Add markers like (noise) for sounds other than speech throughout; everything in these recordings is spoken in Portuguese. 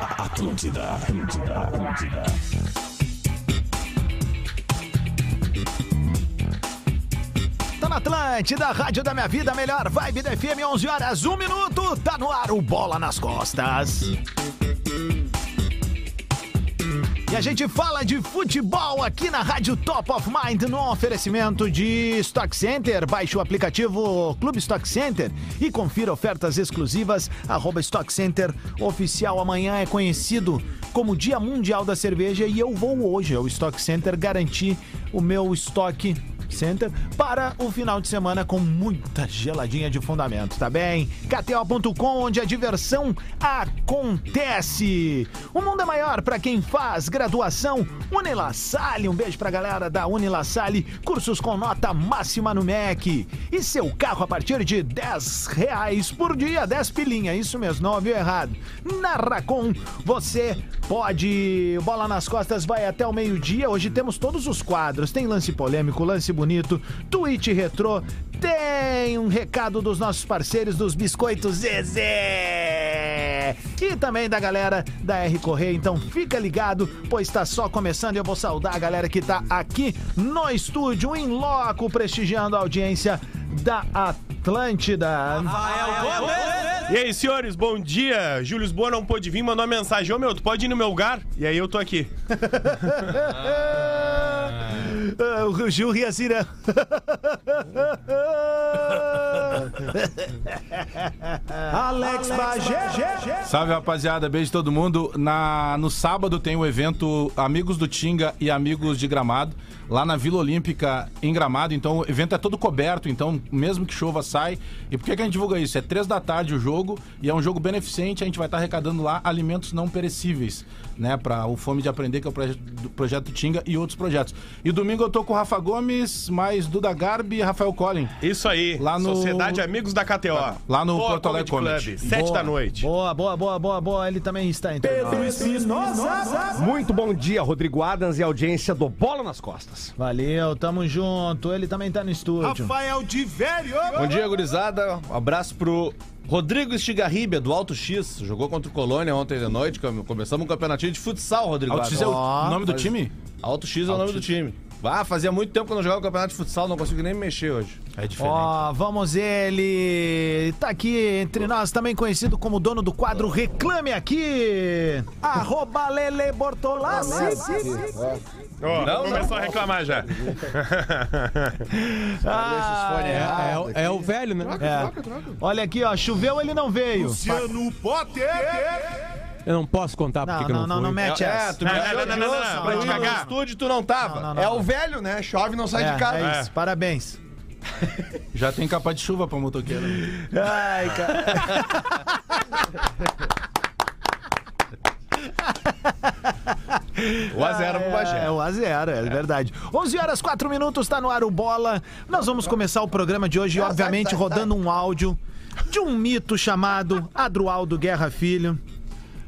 Atlântida, Atlântida, Atlântida. Tá na Atlântida, Rádio da Minha Vida, melhor vibe da FM, 11 horas, 1 minuto. Tá no ar o Bola nas Costas. E a gente fala de futebol aqui na Rádio Top of Mind no oferecimento de Stock Center. Baixe o aplicativo Clube Stock Center e confira ofertas exclusivas. Arroba Stock Center oficial. Amanhã é conhecido como Dia Mundial da Cerveja e eu vou hoje ao Stock Center garantir o meu estoque Center para o final de semana com muita geladinha de fundamento, tá bem? KTO.com, onde a diversão acontece. O mundo é maior para quem faz graduação. Unila Salle, um beijo pra galera da Unila Salle, cursos com nota máxima no MEC. E seu carro a partir de 10 reais por dia, 10 pilinha, isso mesmo, não ouviu errado. Na Racon, você pode. Bola nas costas vai até o meio-dia. Hoje temos todos os quadros. Tem lance polêmico, lance bonito, tweet retrô. Tem um recado dos nossos parceiros dos Biscoitos Zezé. E também da galera da R Correia. Então fica ligado, pois está só começando. E eu vou saudar a galera que está aqui no estúdio, em loco, prestigiando a audiência da Atlântida. E aí, senhores, bom dia. Júlio Lisboa não pôde vir, mandou uma mensagem. Ô, meu, tu pode ir no meu lugar? E aí eu tô aqui. Ah, o Gil ri assim, né? (laughs) Alex Bagé. Salve, rapaziada. Beijo todo mundo. Na, no sábado tem o evento Amigos do Tinga e Amigos de Gramado, lá na Vila Olímpica, em Gramado. Então, o evento é todo coberto, então, mesmo que chova, sai. E por que, que a gente divulga isso? É três da tarde o jogo e é um jogo beneficente. A gente vai estar arrecadando lá alimentos não perecíveis, né? Pra o Fome de Aprender, que é o projeto, do projeto Tinga e outros projetos. E domingo eu tô com o Rafa Gomes, mais Duda Garbi e Rafael Collin. Isso aí, Lá no- Sociedade Amigos da KTO. Lá no Porto Alegre Comedy. Sete Boa. da noite. Boa, boa, boa, boa, boa. Ele também está entre nós. Muito bom dia, Rodrigo Adams e audiência do Bola nas Costas. Valeu, tamo junto. Ele também tá no estúdio. Bom dia, gurizada. Um abraço pro Rodrigo Estigarribia, do Alto X. Jogou contra o Colônia ontem de noite. Come- Começamos um campeonatinho de futsal, Rodrigo. Alto X é o Ó, nome do time? Alto X é o nome do time. Ah, fazia muito tempo que eu não jogava campeonato de futsal, não consigo nem me mexer hoje. É diferente. Ó, vamos ele. Tá aqui entre nós, também conhecido como dono do quadro Reclame Aqui. Arroba Lele Bortolassi. Ó, Não, começou a reclamar já. É, é o velho, né? Ah, é. Olha aqui, ó, choveu, ele não veio. Eu não posso contar Não, porque Ah, que eu não, não, não, não fui. É, mete essa. tu Não, não, não, não, não, não, pra te no cagar. estúdio tu não tava. Não, não, não, é não. o velho, né? Chove não sai É, de casa. é É. isso, parabéns. Já tem capa de chuva pra motoqueiro. Ai, (laughs) cara. é. O a zero Ah, pro Bagé. É, 1 a 0 é, verdade. 11 horas, 4 minutos, tá no ar o Bola. Nós vamos começar o programa de Tá, hoje, obviamente, rodando um áudio de um mito chamado Adroaldo Guerra Filho,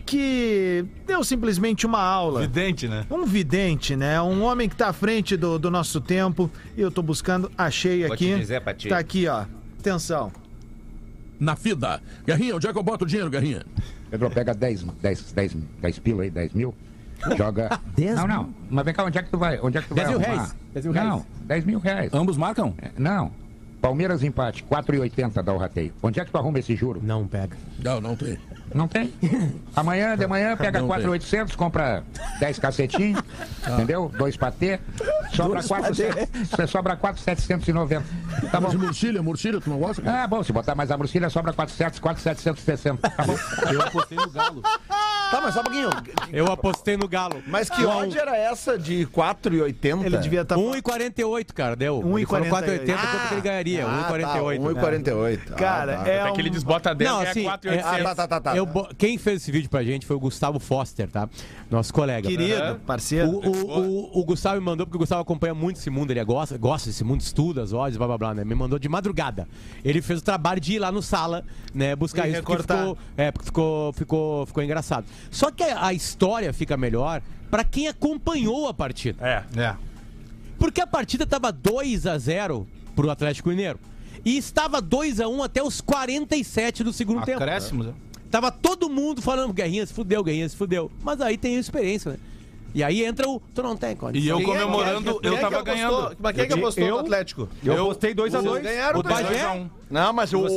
que deu simplesmente uma aula. Evidente, né? Um vidente, né? Um homem que tá à frente do, do nosso tempo. E eu tô buscando, achei Vou aqui. te dizer, Pati. Tá aqui, ó. Atenção. Na FIDA. Garrinha, onde é que eu boto o dinheiro, Garrinha? Pedro, pega 10, 10, 10, 10 pila aí, 10 mil. Joga. Não, não. Mas vem cá, onde é que tu vai? Onde é que tu 10 vai mil arrumar? reais, 10 mil não, reais. 10 mil reais. Ambos marcam? Não. Palmeiras empate, 4,80 dá o rateio. Onde é que tu arruma esse juro? Não pega. Não, não tem. Não tem. Amanhã de manhã pega Não tem. 4,800, compra (laughs) 10 cacetinhos, entendeu? Dois patê, sobra 4,790. Sobra 4,790. Tá bom? Mas murcilha, murcilha, tu não gosta? Ah, bom, se botar mais a bruxilha, sobra 400, 4,760. Tá bom? Eu apostei no Galo. Tá, mas só um pouquinho. Eu apostei no Galo. Mas que ódio era essa de 4,80? Ele devia tá Um estar. 1,48, cara, deu. 1,48. Ele falou 4,80, quanto que ele ganharia? Ah, 1,48. né? Tá, 1,48. Cara, Ah, tá. é. Até um- que ele desbota 10 Não, e assim, é 4,800. Ah, tá, tá, tá, tá. Eu bo- Quem fez esse vídeo pra gente foi o Gustavo Foster, tá? Nosso colega. É? Querido, O, parceiro. o- o- o Gustavo me mandou, porque o Gustavo acompanha muito esse mundo, ele é gosta, gosta desse mundo, estuda as odds, blá blá blá, né? Me mandou de madrugada. Ele fez o trabalho de ir lá no sala, né, buscar E isso, porque recortar. ficou, é, porque ficou, ficou, ficou engraçado. Só que a a história fica melhor pra quem acompanhou a partida. É. É. Porque a partida tava 2 a 0 pro um Atlético Mineiro. E estava 2 a 1 até os 47 do segundo tempo. Acréscimos, né? Tava todo mundo falando, Guerrinha se fudeu, Guerrinha se fudeu. Mas aí tem a experiência, né? E aí entra o. Tu não tem, E condição. eu Quem é que- comemorando, quem eu é que tava apostou- ganhando. Mas quem é que apostou Eu- no Atlético? Eu, postei 2x2. Vocês ganharam O Bagé- dois a um. Não, mas o, o Rafa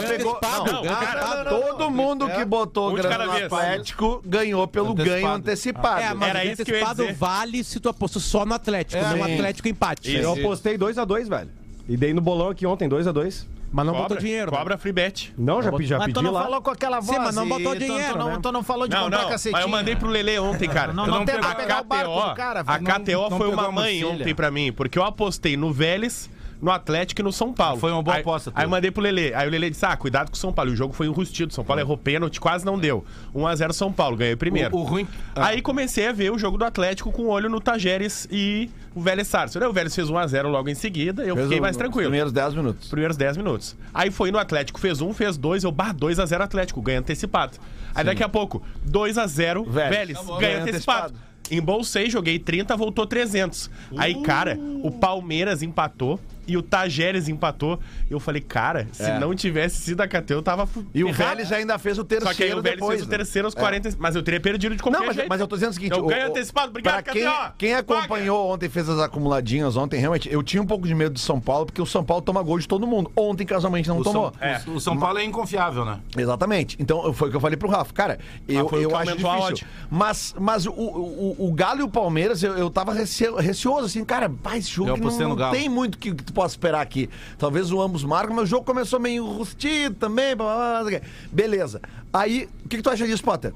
ganham pegou. antecipado, Não, ganham cara, antecipado. todo mundo que botou Um de grana cada no vez. Atlético ganhou pelo ganho antecipado. É, mas Era o isso que eu ia antecipado dizer. vale se tu apostou só no Atlético, É, não sim. Atlético empate. Eu apostei 2x2, velho. E dei no bolão aqui ontem, 2x2. Mas não botou Cobra, dinheiro. né? cobra free bet. Não, já, pedi, já Mas tu pedi não lá. falou com aquela voz. Sim, mas não botou e tu- dinheiro, Tu não, né? tu não falou de Não, comprar não. Mas cacetinha. eu mandei pro Lele ontem, cara. Não, Eu não não tenta pego- pegar o barco do a cara, KTO, velho. a KTO não foi pegou uma a mãe Marcília. ontem pra mim, porque eu apostei no Vélez, no Atlético e no São Paulo. Foi uma boa aposta, Aí, tu. aí eu mandei pro Lele. Aí o Lele disse: Ah, cuidado com o São Paulo. E o jogo foi enrustido. São Paulo errou pênalti, quase não deu. 1x0 São Paulo, ganhei primeiro. O- o ruim- Ah. Aí comecei a ver o jogo do Atlético com o olho no Tajeres e o Vélez Sarso. né? O Vélez fez 1x0 logo em seguida, eu fiquei mais tranquilo. Primeiros 10 minutos. Primeiros 10 minutos. Aí foi no Atlético, fez um, fez dois, eu bar 2x0 Atlético, ganha antecipado. Aí daqui a pouco, 2x0 Vélez. Vélez, Acabou, ganha ganha antecipado. antecipado. Uh. Embolsei, joguei 30, voltou 300. Aí, cara, o Palmeiras empatou e o Tajeres empatou. Eu falei, cara, se É. não tivesse sido a KT, eu tava. fu- E o ferrado. Vélez ainda fez o terceiro. Só que aí o Vélez depois, fez o né? terceiro aos É. 40. Mas eu teria perdido de qualquer Não, mas, jeito. mas eu tô dizendo o seguinte. Eu o- ganho o- antecipado, obrigado, pra quem, KTO. quem acompanhou ontem, fez as acumuladinhas ontem, realmente, eu tinha um pouco de medo de São Paulo, porque o São Paulo toma gol de todo mundo. Ontem, casualmente, não O tomou. São, é, o São Paulo é inconfiável, né? Exatamente. Então, foi o que eu falei pro Rafa. Cara, eu, foi o que eu acho aumentou a difícil. Mas, mas o, o, o- o Galo e o Palmeiras, eu, eu tava rece- receoso, assim, cara, vai, esse jogo Eu que não, apostei no não Galo. tem muito que, que tu possa esperar aqui. Talvez o ambos marcam, mas o jogo começou meio rustido também. blá, blá, blá, blá. Beleza. Aí, o que, que tu acha disso, Potter?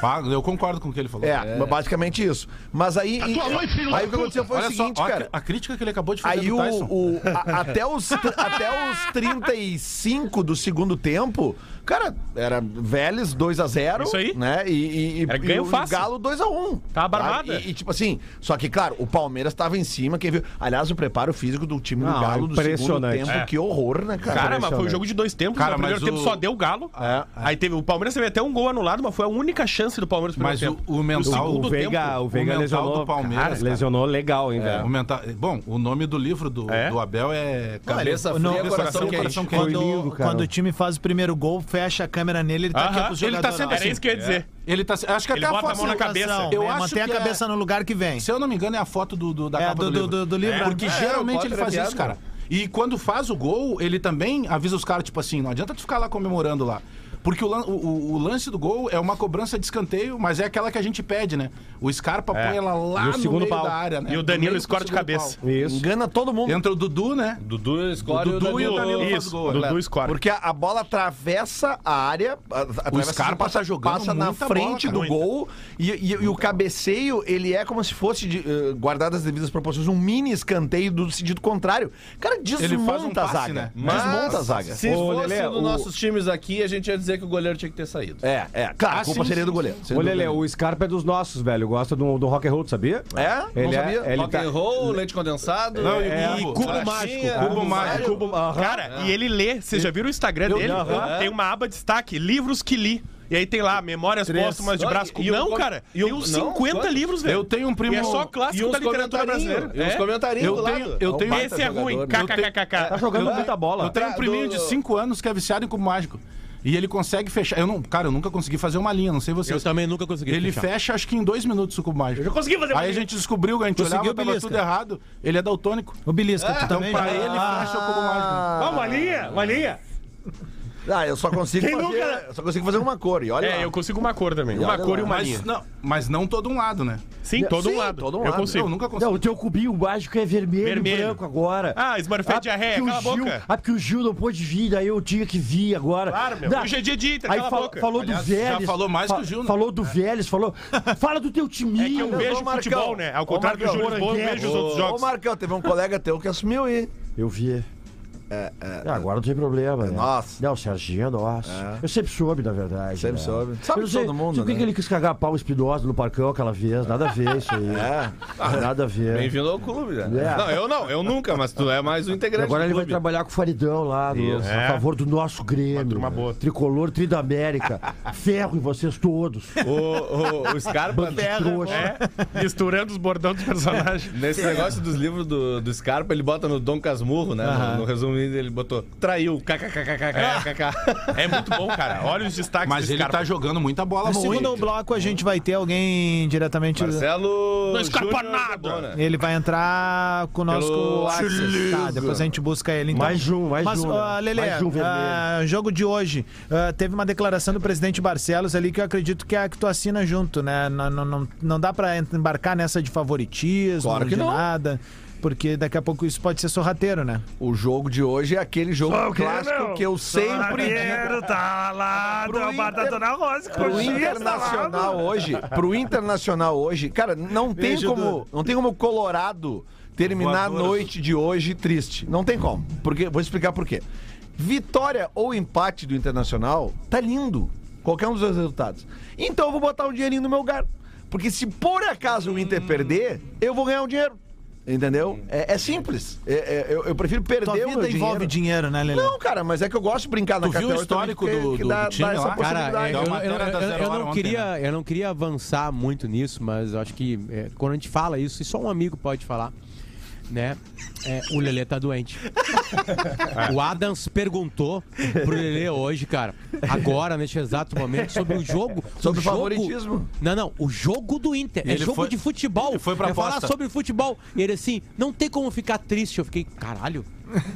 Pago, eu concordo com o que ele falou. É, basicamente isso. Mas aí. tua mãe, filho da aí o que aconteceu foi Olha o seguinte, só, olha cara. a crítica que ele acabou de fazer Aí do o, Tyson. o- a- até, os, tr- até os 35 do segundo tempo, cara, era Vélez 2x0. Isso aí. Né? E, e, e, Era e ganho o fácil. Galo 2x1. Tá barbada. E, e, tipo assim, só que, claro, o Palmeiras tava em cima, quem viu. Aliás, o preparo físico do time do Não, Galo do segundo impressionante. tempo, É. que horror, né, Tá cara? Cara, mas foi um jogo de dois tempos. Cara, né? o primeiro mas tempo o- só deu o Galo. É, é. Aí teve o Palmeiras teve até um gol anulado, mas foi a única chance do Palmeiras no Mas primeiro o- o tempo. mental- No segundo O Veiga, tempo, o Veiga mental lesionou. do Palmeiras, cara, cara. É, lesionou legal, hein, velho. O menta- Bom, o nome do livro do, É? do Abel é Cabeça Não, fria, não, coração coração quente. quente. Foi Quando- lindo, cara. Quando o time faz o primeiro gol, fecha a câmera nele, ele tá aqui Aham. pros Ele tá jogadores. sendo assim. Era isso que eu ia dizer. Ele tá. Acho que Ele até a bota a foto. mão na cabeça. Eu Eu é, acho Mantém a que é- cabeça no lugar que vem. Se eu não me engano, é a foto do, do- da É, capa do, do, do, livro. do, do livro. Porque né? geralmente pode ele faz viado, isso, cara. E quando faz o gol, ele também avisa os caras, tipo assim, não adianta tu ficar lá comemorando lá. Porque o, lan- o- o- o lance do gol é uma cobrança de escanteio, mas é aquela que a gente pede, né? O Scarpa põe ela lá E o no segundo meio pau. da área, né? E o No Danilo meio do escora de segundo cabeça. pau. Isso. Engana todo mundo. Entra o Dudu, né? Dudu escora e o Danilo- Danilo faz Isso, gol, Dudu né? escora. Porque a, a bola atravessa a área, a- atravessa, assim, Scarpa passa, tá jogando passa na muita frente bola, do gol e, e- e o cabeceio ele é como se fosse de, eh, guardadas as devidas proporções um mini escanteio do sentido contrário. Cara, desmonta Ele faz um a passe, zaga, né? desmonta a zaga. Se Ô, fosse Lelê, um dos o- nossos times aqui, a gente ia dizer que o goleiro tinha que ter saído. É, é. Claro, a Ah, culpa sim, seria sim, do goleiro. seria Ô, do Lelê, goleiro. o Scarpa é dos nossos, velho. Gosta do, do rock and roll, sabia? É? Não Ele sabia? é, ele Rock tá... and roll, leite condensado. Não, e o é, cubo. cubo Latinha, mágico. cubo mágico. Cubo- aham. Cara, e ele lê, vocês já viram o Instagram dele? aham. Tem uma aba destaque, livros que li. E aí tem lá, Memórias Póstumas de Olha, Brás Cubas. e o- Não, cara, e o- tem uns não, 50 quantos? livros, velho. Eu tenho um primo. E é só E clássico uns da literatura brasileira. comentarinhos. E uns É. comentarinhos Eu do tenho- lado. eu É um tenho- baita Esse é jogador, ruim, né? Tá kkkk. jogando muita bola. Eu tenho um priminho de 5 anos que é viciado em cubo mágico. E ele consegue fechar. Eu não, cara, eu nunca consegui fazer uma linha, não sei Eu vocês. também nunca consegui. Ele fechar. fecha acho que em dois minutos o cubo mágico. Eu já consegui fazer Aí a gente descobriu, a gente Conseguiu, olhava, tava belisca. tudo errado. Ele é daltônico. O Belisca, Ah, tá tu Então também pra já- ele fecha o cubo mágico. Ó, Uma linha, uma linha. Ah, eu só consigo fazer, nunca- eu só consigo fazer uma cor e olha lá. É, eu consigo uma cor também. Uma olha cor lá. e uma linha. Mas não, mas não todo um lado, né? Sim, todo um Sim, lado. todo um Eu lado. Eu consigo. nunca consegui. Não, o teu cubinho mágico é vermelho, Vermelho. vermelho. branco agora. Ah, Smurfette de arreia, porque o cala a Gil- É. boca. Ah, porque o Gil não pôde vir, daí eu tinha que vir agora. Claro, meu. Hoje é dia de Inter, Aí cala a fal- boca. falou Aliás, do já Vélez. falou mais que o Gil, né? Falou É. do Vélez, falou... Fala do teu É que timinho. eu vejo Marcão. futebol, né? Ao contrário do Marcão. Júlio Lisboa, eu vejo os outros Ô, jogos. Marcão, teve um colega teu que assumiu aí. Eu vi. É, tá, agora não tem problema, né? nossa. Não, o Serginho, nossa. É. Eu sempre soube, na verdade. Sempre É. né? soube. Eu Sabe não sei- todo mundo, sei Por que né? que ele quis cagar pau o Espinosa no parcão aquela vez? Nada a ver isso aí. Nada a ver. Bem-vindo ao clube, né? É. Não, eu não, eu nunca, mas tu é mais E um integrante agora do ele vai clube. É. trabalhar com o Faridão lá, no- a favor do nosso Grêmio. turma né? boa. Tricolor Tri da (laughs) América. Ferro em vocês todos. O, o, o Scarpa, né? Bando de trouxa. É, misturando (laughs) os bordões dos personagens. nesse negócio dos livros do, do Scarpa, ele bota no Dom Casmurro, né? No, no resumo Twitter, ele botou traiu, kkkkkkk. É muito bom, cara. Olha os destaques Mas desse ele cara. tá jogando muita bola No muito. segundo bloco a gente vai ter alguém diretamente. Marcelo. Não escapa é Júnior nada. né? Debona. Ele vai entrar com o nosso Axis, tá? Depois a gente busca ele. Então. Mais um, mais Mas, um, ah, né? Lelê, Mais um vermelho. ah, jogo de hoje. ah, teve uma declaração do presidente Barcelos ali que eu acredito que é a que tu assina junto, né? Não, não, não, não dá pra embarcar nessa de favoritismo, Claro que de não. nada. Porque daqui a pouco isso pode ser sorrateiro, né? O jogo de hoje é aquele jogo clássico que eu sempre digo. tá lá, Pro Inter- batata na tá rosa, Pro coxinha, Internacional hoje, pro Internacional hoje, cara, não tem como, não tem como o Colorado terminar a noite de hoje triste. Não tem como. Porque vou explicar por quê. Vitória ou empate do Internacional tá lindo. Qualquer um dos dois resultados. Então eu vou botar um dinheirinho no meu lugar. Porque se por acaso o Hum. Inter perder, eu vou ganhar um dinheiro. Entendeu? É, é simples. É- é- eu, eu prefiro perder Tua o meu vida envolve dinheiro. dinheiro, né, Lelê? Não, cara, mas é que eu gosto de brincar na Tu viu o KTO, eu histórico também do- que do- dá- do time dá essa lá? possibilidade. Cara, é- eu, Dá uma eu- matéria da eu- Zero eu Hora não ontem, né? queria, eu não queria avançar muito nisso, mas eu acho que é, quando a gente fala isso, e só um amigo pode falar, né? é, o Lelê tá (laughs) doente. o Adams perguntou pro Lelê hoje, cara, agora, neste exato momento, sobre o jogo. Sobre o o jogo- favoritismo. Não, não, o jogo do Inter. é Ele jogo foi- de futebol. ele foi pra é falar aposta. sobre futebol. E ele assim, não tem como ficar triste. Eu fiquei, caralho.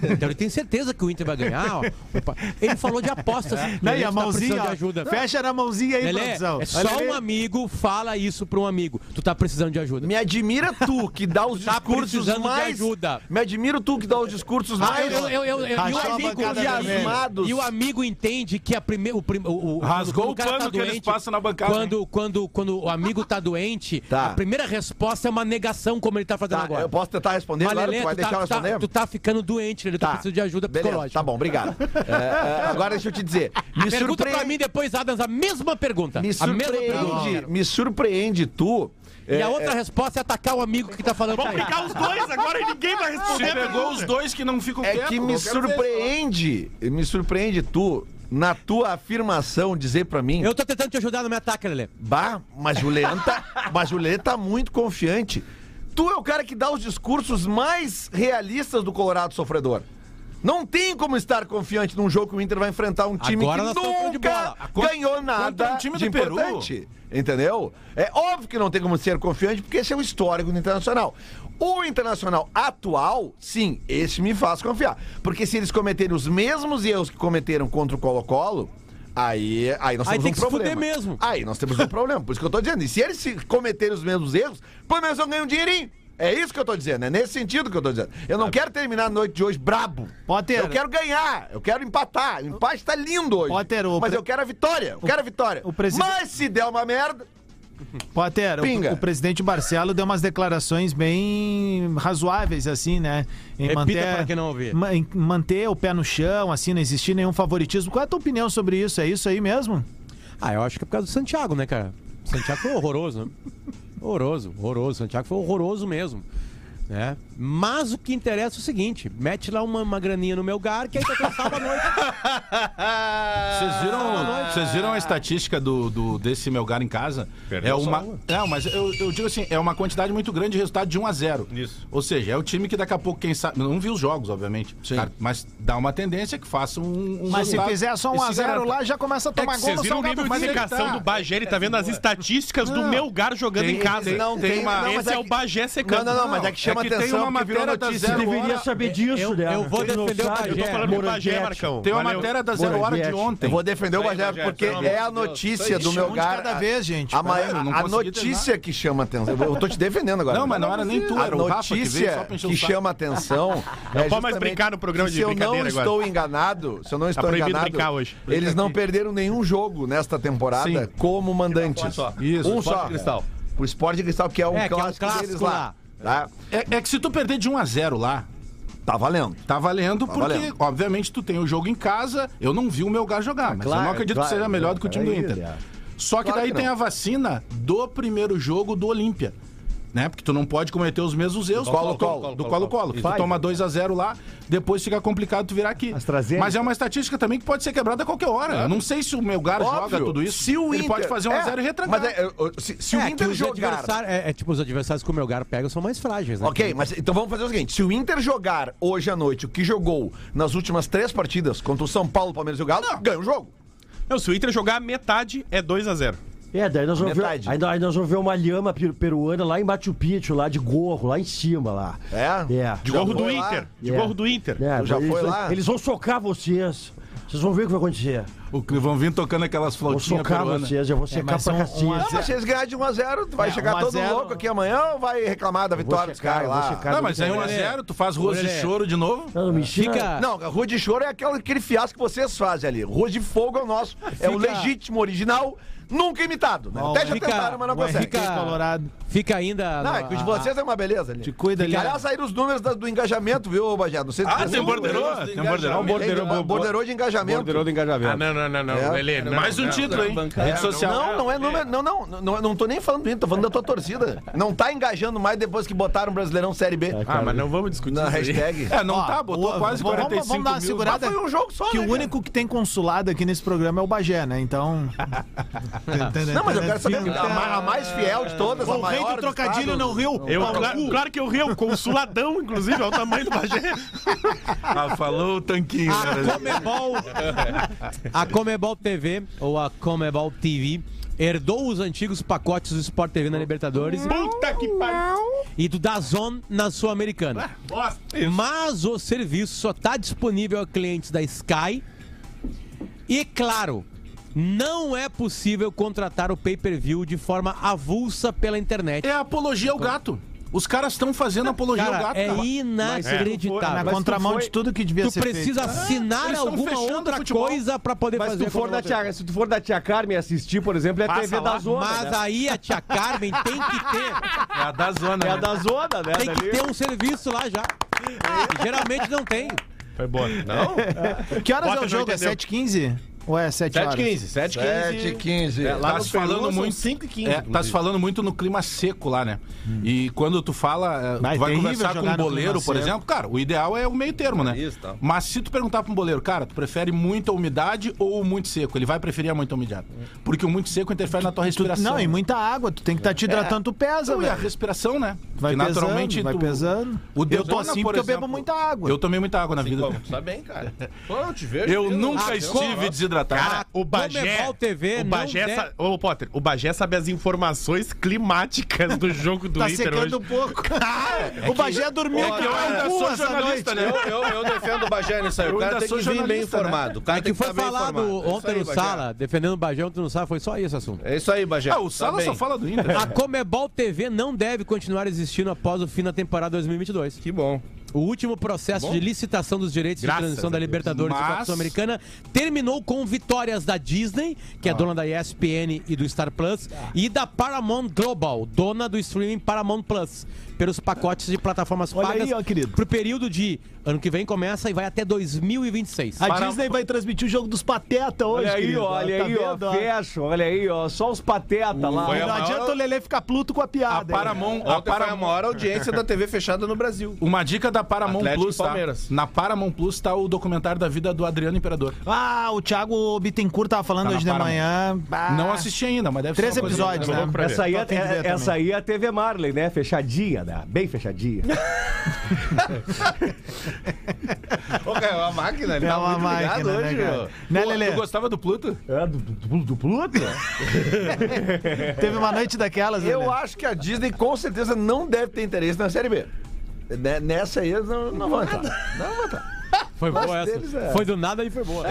Então ele tem certeza que o Inter vai ganhar. ó. Opa. Ele falou de apostas. Não, Lelê, Né, e a tu tá precisando mãozinha. de ajuda. Fecha na mãozinha aí, Lelê, produção. é só Lelê. um amigo fala isso pra um amigo. Tu tá precisando de ajuda. Me admira tu que dá os (laughs) Tá discursos precisando de mais. ajuda. Me admiro tu que dá os discursos Ah, mais. eu, eu, eu, eu, e, Rachou o a amigo, bancada e o vermelha. amigo- e o amigo entende que a primeira. O, prim- o, o, Rasgou quando o pano que eles passam na bancada, Quando, quando, quando o amigo tá doente, Tá. a primeira resposta é uma negação, como ele tá fazendo Tá, agora. eu posso tentar responder, Mas, claro, Lelê, tu vai tu, tá, deixar eu tu, tá, responder? tu tá ficando doente, ele tá. precisando de ajuda Beleza, psicológica. Tá (laughs) bom, obrigado. É, é, agora deixa eu te dizer. Me, Pergunta surpre... pra mim depois, Adams, a mesma pergunta. me a mesma surpreende. Me surpreende tu. E a outra resposta é atacar o amigo que tá falando pra Vamos ele. ligar os dois agora e ninguém vai Se responder. pegou os dois que não ficam É quietos, que eu me quero surpreende. Me surpreende tu. Na tua afirmação dizer pra mim, Eu tô tentando te ajudar, não me ataca, Lelê. bah, mas o Leandro tá, mas o Leandro tá muito confiante. Tu é o cara que dá os discursos mais realistas do Colorado sofredor. Não tem como estar confiante num jogo que o Inter vai enfrentar um time Agora nós que estamos falando de nunca bola. ganhou nada um time de do Peru. importante. Entendeu? É óbvio que não tem como ser confiante, porque esse é o histórico do Internacional. O Internacional atual, sim, esse me faz confiar. Porque se eles cometerem os mesmos erros que cometeram contra o Colo-Colo, aí, aí nós temos Aí tem um que se problema. fuder mesmo. Aí nós temos um problema, por isso que eu tô dizendo. E se eles se cometerem os mesmos erros, pelo menos eu ganho um dinheirinho. É isso que eu tô dizendo, é nesse sentido que eu tô dizendo. Eu É. não quero terminar a noite de hoje brabo. Potter. Eu quero ganhar, eu quero empatar. O empate tá lindo hoje. Potter, o mas pre- eu quero a vitória, eu quero a vitória. o presidente- Mas se der uma merda, Potter, o- Pinga. O, presidente Barcelo deu umas declarações bem razoáveis, assim, né? Em Repita pra quem não ouvir. ma- em manter o pé no chão, assim, não existir nenhum favoritismo. Qual é a tua opinião sobre isso? É isso aí mesmo? Ah, eu acho que é por causa do Santiago, né, cara? O Santiago foi horroroso, né? Horroroso, horroroso. O Santiago foi horroroso mesmo. Né? Mas o que interessa é o seguinte: mete lá uma, uma graninha no meu gar que aí tá tudo salvo a (laughs) noite. Vocês viram, vocês viram a estatística do, do- desse Melgar em casa? Perdeu é só uma, uma. não, mas eu, eu digo assim, é uma quantidade muito grande de resultado de 1 a 0. Isso. Ou seja, é o time que daqui a pouco quem sabe, não viu os jogos, obviamente, cara, mas dá uma tendência que faça um, um Mas se resultado- fizer só um esse É a zero garanta. lá, já começa a tomar gol Vocês no viram o Salgado nível de mas é que dedicação tá. do Bagé, ele tá vendo as estatísticas do Melgar jogando Tem- em casa. tem- não tem tem. uma- não, mas Esse é, o que- Bagé secando. Não, não, não, mas é que chama é que tem atenção uma porque virou matéria da notícia. zero Deveria hora- É, saber disso, eu- né? eu vou Porque não defender o sabe. Bagé. Eu tô falando do Bagé, Moranguete. Marcão. Tem uma Valeu. matéria da zero hora de Borghetti. ontem. Eu vou defender o Isso aí, Bagé Bagé, porque pelo amor é de a Deus. notícia Isso aí, do um meu de gar. cada a- vez, gente. A, maior- Peraí, eu não a consegui notícia que chama atenção. Eu, eu tô te defendendo agora. Não, mas não era nem tu, A era o Rafa que veio notícia só pra encher o que saco. chama (laughs) atenção. é Não pode mais brincar no programa de se eu não brincadeira agora. estou enganado, se eu não estou proibido enganado, brincar hoje. Brinca eles não perderam nenhum jogo nesta temporada Sim. como mandantes. Só. Isso, um Esporte só. Cristal. O Sport Cristal que é um É, que é um clássico, deles clássico lá. Tá? É, é que se tu perder de 1 a 0 lá, Tá valendo. Tá valendo, porque, valendo. obviamente, tu tem o jogo em casa. Eu não vi o Melgar jogar, mas eu claro, não acredito claro, que seja melhor do que o time do peraí, Inter. Leandro. Só que Claro daí que tem não. a vacina do primeiro jogo do Olímpia. Né? Porque tu não pode cometer os mesmos erros do Colo-Colo. Colo-Colo. Do Colo-Colo. Tu toma 2x0 lá, depois fica complicado tu virar aqui. AstraZeneca. Mas é uma estatística também que pode ser quebrada a qualquer hora. Eu não sei se o Melgar joga tudo isso. Se o ele Inter... pode fazer 1x0 é, e retrancar. Mas é, é, se, se o É, que Inter os jogar... adversários- é, é, tipo, os adversários que o Melgar pega são mais frágeis, Tá né? Ok, mas então vamos fazer o seguinte: se o Inter jogar hoje à noite o que jogou nas últimas três partidas contra o São Paulo, Palmeiras e o Galo, ganha o jogo. Não, se o Inter jogar a metade, é 2x0. É, daí nós vamos, ver, Metade. aí nós- aí nós vamos ver uma lhama peru- peruana lá em Machu Picchu, lá de gorro, lá em cima, lá. É? É. De Já gorro do foi lá? Inter. De É. gorro do Inter. É, Tu já eles, foi lá? Eles vão socar vocês. Vocês vão ver o que vai acontecer. O que vão vir tocando aquelas Vão flautinhas socar peruanas. vocês, É, eu vou secar mas pra são um a cacete. Não, Então, mas se eles ganharem de 1x0, tu vai É, chegar 1 a todo 0. louco aqui amanhã ou vai reclamar da vitória dos checar, caras um eu vou lá? checar. Não, mas é Ô, 1x0, tu faz ruas de Lelê. choro de novo. Não, não me ensina. Fica, Não, a Rua de Choro é aquela- aquele fiasco que vocês fazem ali. Rua de Fogo é o nosso. É o Fica- legítimo, original, nunca imitado. Né? Até já fica- tentaram, mas não ué, consegue. fica- Colorado. fica ainda. Não, é que o de a- vocês é uma beleza ali. Ah, Te cuida ali. Aliás, saíram os números da- do engajamento, viu, Bajado? Não sei se Ah, vocês tem viram. borderô? Tem um Tem borderô. engajamento. Borderou, Borderou, borderou de engajamento. Borderou do engajamento. não, não, não, não. É. Lelê, não, Mais um não, título, não. hein? Rede social. Não, não é número. Não, não, não, não, não tô nem falando do Inter, tô falando da tua torcida. Não tá engajando mais depois que botaram o Brasileirão Série B Ah, mas não vamos discutir na isso aí. hashtag. É, não tá, botou quase 45 vamos dar uma mil. segurada. Mas foi um jogo só, que né, o cara? único que tem consulado aqui nesse programa é o Bagé, né? Então. (laughs) Não, mas eu quero saber É, a, ma- a mais fiel de todas, a O rei maior do do trocadilho estado. não riu. Eu, Paulo claro, Cu. claro que eu ri, o consuladão, inclusive, é o tamanho do Bagé. Ah, falou o tanquinho. né? Comebol, a Comebol TV ou a Comebol TV herdou os antigos pacotes do Sport TV na Libertadores Ah, Puta que pariu. e do DAZN na Sul-Americana. Bosta. Mas o serviço só está disponível a clientes da Sky. E claro, não é possível contratar o pay-per-view de forma avulsa pela internet. É apologia ao gato. Os caras estão fazendo apologia ao Cara, gato. é cara. Na inacreditável. contramão de tudo que devia Tu ser. feito. precisa assinar eles tão alguma fechando o outra futebol. coisa pra poder Mas fazer tu o for contrato. da é Tia- se tu for da tia Carmen assistir, por exemplo, é a TV da zona. Mas né? aí a tia Carmen tem que ter, É a da zona. É a né? da zona, né? tem que Dali. ter um serviço lá já. E geralmente não tem. Foi boa. Não? Que horas Bota é o já jogo? É entendeu. 7h15? Ou é 7 horas? 7 7, 15. É, lá Tá no se Peru falando são muito. 5 e 15. É, tá se falando muito no clima seco lá, né? Uhum. E quando tu fala, é, tu Vai, vai, terrível conversar com jogar um no boleiro, clima por seco. exemplo, cara, o ideal é o meio termo, né? Isso, tá. Mas se tu perguntar pra um boleiro, cara, tu prefere muita umidade ou muito seco? Ele vai preferir a muita umidade. Porque o muito seco interfere na tua respiração. Não, e muita água. Tu tem que estar te hidratando, tu pesa, Não, e a velho. respiração, né? Vai Porque pesando, vai tu- pesando. O Eu tô Dodona, assim por porque eu bebo exemplo, muita água. Eu tomei muita água na vida. Como? Tu tá bem, cara. Pô, eu te vejo. Eu mesmo. né? nunca Ah, estive eu- desidratado. Cara, o Bagé. Comebol TV o não Bagé deve- sa- Ô, Potter, o Bagé sabe as informações climáticas do jogo do Tá Inter secando hoje. um pouco. o Bagé É dormiu Olha, com eu ainda a sou rua essa noite. jornalista, né? Eu, eu, eu defendo o Bagé nisso aí. Eu O cara ainda tem sou que vir bem jornalista, né? informado. O cara É tem que foi tá bem falado informado. É isso ontem aí, no Bagé. Sala, defendendo o Bagé ontem no Sala, foi só esse assunto. É isso aí, Bagé. Ah, o Tá Sala bem. só fala do Inter. A Comebol TV não deve continuar existindo após o fim da temporada 2022. Que bom. O último processo de licitação dos direitos Graças de transição a da Deus. Libertadores Mas- e Copa Sul-Americana terminou com vitórias da Disney, que é dona da ESPN e do Star Plus, e da Paramount Global, dona do streaming Paramount Plus, pelos pacotes de plataformas Olha pagas aí, ó, querido. pro período de ano que vem começa e vai até 2026. A Disney vai transmitir o jogo dos Pateta hoje. Olha aí, querido. ó, olha Tá aí, ó. vendo, ó? Fecho, olha aí, ó. Só os pateta lá. foi a (laughs) É Não maior- adianta o Lelê ficar pluto com a A piada. hein? Paramount, a Ontem para... foi a Paramount maior audiência da TV fechada no Brasil. Uma dica da Paramount Atlético Plus, e tá? Palmeiras. Na Paramount Plus tá o documentário da vida do Adriano Imperador. Ah, o Thiago Bittencourt tava falando Tá na hoje de Paramount. manhã. Bah. Não assisti ainda, mas deve Três ser uma coisa- episódios, né? Essa aí, é, tá Então tem que ver é- também. essa aí é a TV Marley, né? Fechadinha, né? Bem fechadinha. Ô, cara, é uma máquina, ele É tá uma muito ligado máquina, hoje, né, cara? meu. Né, Pô, Lelê? Tu gostava do Pluto? É, do, do, do Pluto? Teve uma noite daquelas, né, Lelê. Eu acho que a Disney com certeza não deve ter interesse na Série B. Ne- Nessa aí eles não, não vão entrar. Não vão entrar. Foi boa essa. deles é- Foi do nada e foi boa.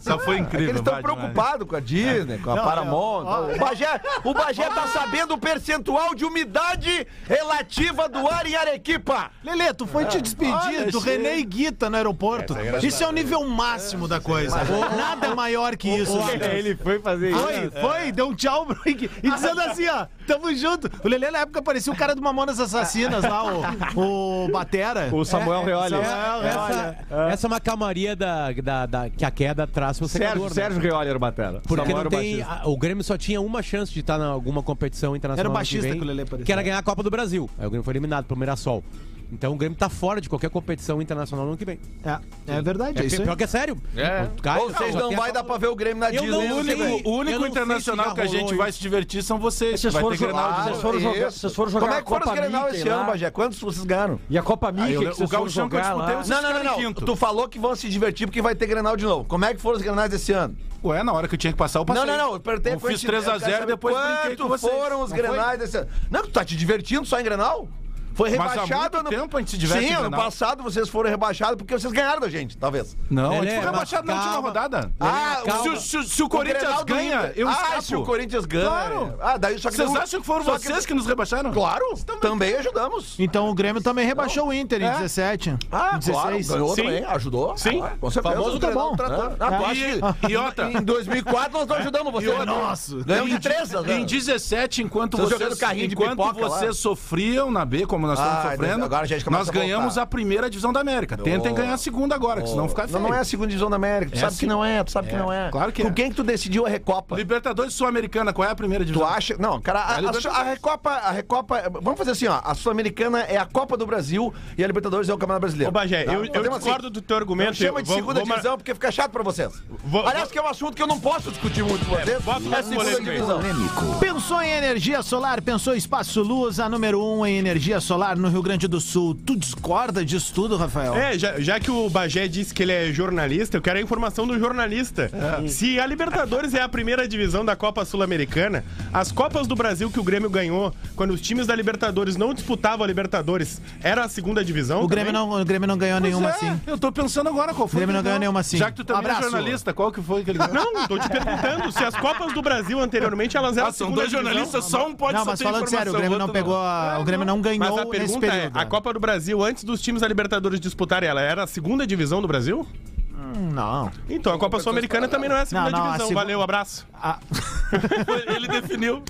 Só foi É que incrível. eles estão vai, preocupados com a Disney, com a Não, Paramount. não, o Bagé, o Bagé tá sabendo o percentual de umidade relativa do ar em Arequipa. Lelê, tu foi te despedir do René e Guita no aeroporto. Isso é o nível máximo da coisa. Nada maior que isso. gente. Ele foi fazer isso. Foi, foi, deu um tchau pro Henrique. E dizendo assim, ó, tamo junto. O Lelê na época parecia o cara do Mamonas Assassinas lá, o, o Batera. É, É, O Samuel Reoli. Essa, essa, essa é uma calmaria da, da- da- que a queda traz pro Sérgio, secador, né? Sérgio Reoli era o batera. Porque Samuel não era o tem, baixista. a- o Grêmio só tinha uma chance de estar em alguma competição internacional. Era o ano baixista que, vem, que o Lelê apareceu. Que era ganhar a Copa do Brasil. Aí o Grêmio foi eliminado pro Mirassol. Então o Grêmio tá fora de qualquer competição internacional no ano que vem. É, é verdade, é, É, isso aí. pior que é sério. O Caio- Ou vocês não até vai dar pra ver o Grêmio na Eu Disney. né, não ano que sei. vem. O Eu único não sei se internacional já que a gente rolou vai isso. se divertir são vocês. Vocês vai foram, ter Grenal jogar, de Ah, vocês foram jogar, isso. vocês foram jogar Como é a que foram Copa os Grenal Mickey esse ano, lá, Bagé? Quantos vocês ganharam? E a Copa Ah, eu Mickey que lembro- vocês o foram Gauchão que eu jogar disputei, lá. vocês Não, não, não, ficaram em não. quinto. Tu falou que vão se divertir porque vai ter Grenal de novo. Como é que foram os Grenais desse ano? Ué, na hora que eu tinha que passar, eu passei. Não, não, não. Eu perguntei Eu fiz quanti- eu quero 3x0 saber e depois brinquei com Quanto vocês. foram os Não Grenais desse ano? Não, tu tá te divertindo só em Grenal? Foi Mas há rebaixado muito ano... tempo a gente se diverte Sim, em ano Grenal. passado vocês foram rebaixados porque vocês ganharam da gente, talvez. Não, Lelê, a gente foi mas rebaixado na última calma. rodada. Ah, calma. Se, o- se o- se o Corinthians Grenal do ganha, Inter. eu Ah, escapo. se o Corinthians ganha. Claro. Ah, daí só que Vocês daí o- acham que foram só vocês que nos rebaixaram? Claro, também, ajudamos. Então o Grêmio também rebaixou o Inter em 17. Ah, em 16. claro, ganhou Sim. também, ajudou. Sim. Ah, com certeza. Famoso tá Grenal bom. tratou. Ah, tu acha que- E, e outra, Em 2004 nós não ajudamos vocês. outra. Nossa. Ganhamos de três, né? em 17, enquanto Vocês vocês, jogando carrinho de enquanto pipoca lá. vocês sofriam na B, como nós Ai, estamos sofrendo, agora a gente começa nós a voltar. ganhamos a primeira divisão da América. Tentem ganhar a segunda agora, que senão fica feio. Não, não é a segunda divisão da América. Tu sabe sim. que não é, tu sabe que É, não é. claro que Com é. quem que tu decidiu a Recopa? Libertadores Sul-Americana, qual é a primeira assim. Tu divisão? acha? Não, cara, a, É a Libertadores. a- a Recopa, a Recopa. Vamos fazer assim, ó. A Sul-Americana é a Copa do Brasil e a Libertadores é o Campeonato Brasileiro. Ô, Bagé, Tá? eu, Então, eu assim, discordo do teu Não argumento. chama de eu- segunda vamos- divisão porque fica chato pra vocês. Vou- Aliás, que é um assunto que eu não posso discutir muito com vocês. bota É mais segunda polêmica aí. divisão. Pensou em energia solar, pensou Espaço Luz, a número 1 um em energia solar no Rio Grande do Sul. Tu discorda disso tudo, Rafael? É, já, já que o Bagé disse que ele é jornalista, eu quero a informação do jornalista. Se a Libertadores é a primeira divisão da Copa Sul-Americana, as Copas do Brasil que o Grêmio ganhou, quando os times da Libertadores não disputavam a Libertadores, era a segunda divisão? O Grêmio, também? não, o Grêmio não ganhou Pois nenhuma, assim. é, assim? sim. Eu tô pensando agora qual foi. Grêmio que não ganhou ganhou. nenhuma, assim. sim. Já que tu também Abraço. é jornalista, qual que foi (laughs) que ele ganhou? Não, tô te perguntando se as Copas do Brasil anteriormente elas eram Ah, a são segunda dois divisão. jornalistas, só um pode Não, só mas ter falando sério, o informação, Grêmio não outro pegou. a- É, o Grêmio não Mas a ganhou nesse pergunta é, período. né? né? a Copa do Brasil, antes dos times da Libertadores disputarem ela, era a segunda divisão do Brasil? Não. Então, a Copa Sul-Americana também não é a segunda Não, não, a Ah. divisão. segunda- Valeu, abraço. (laughs) Ele definiu.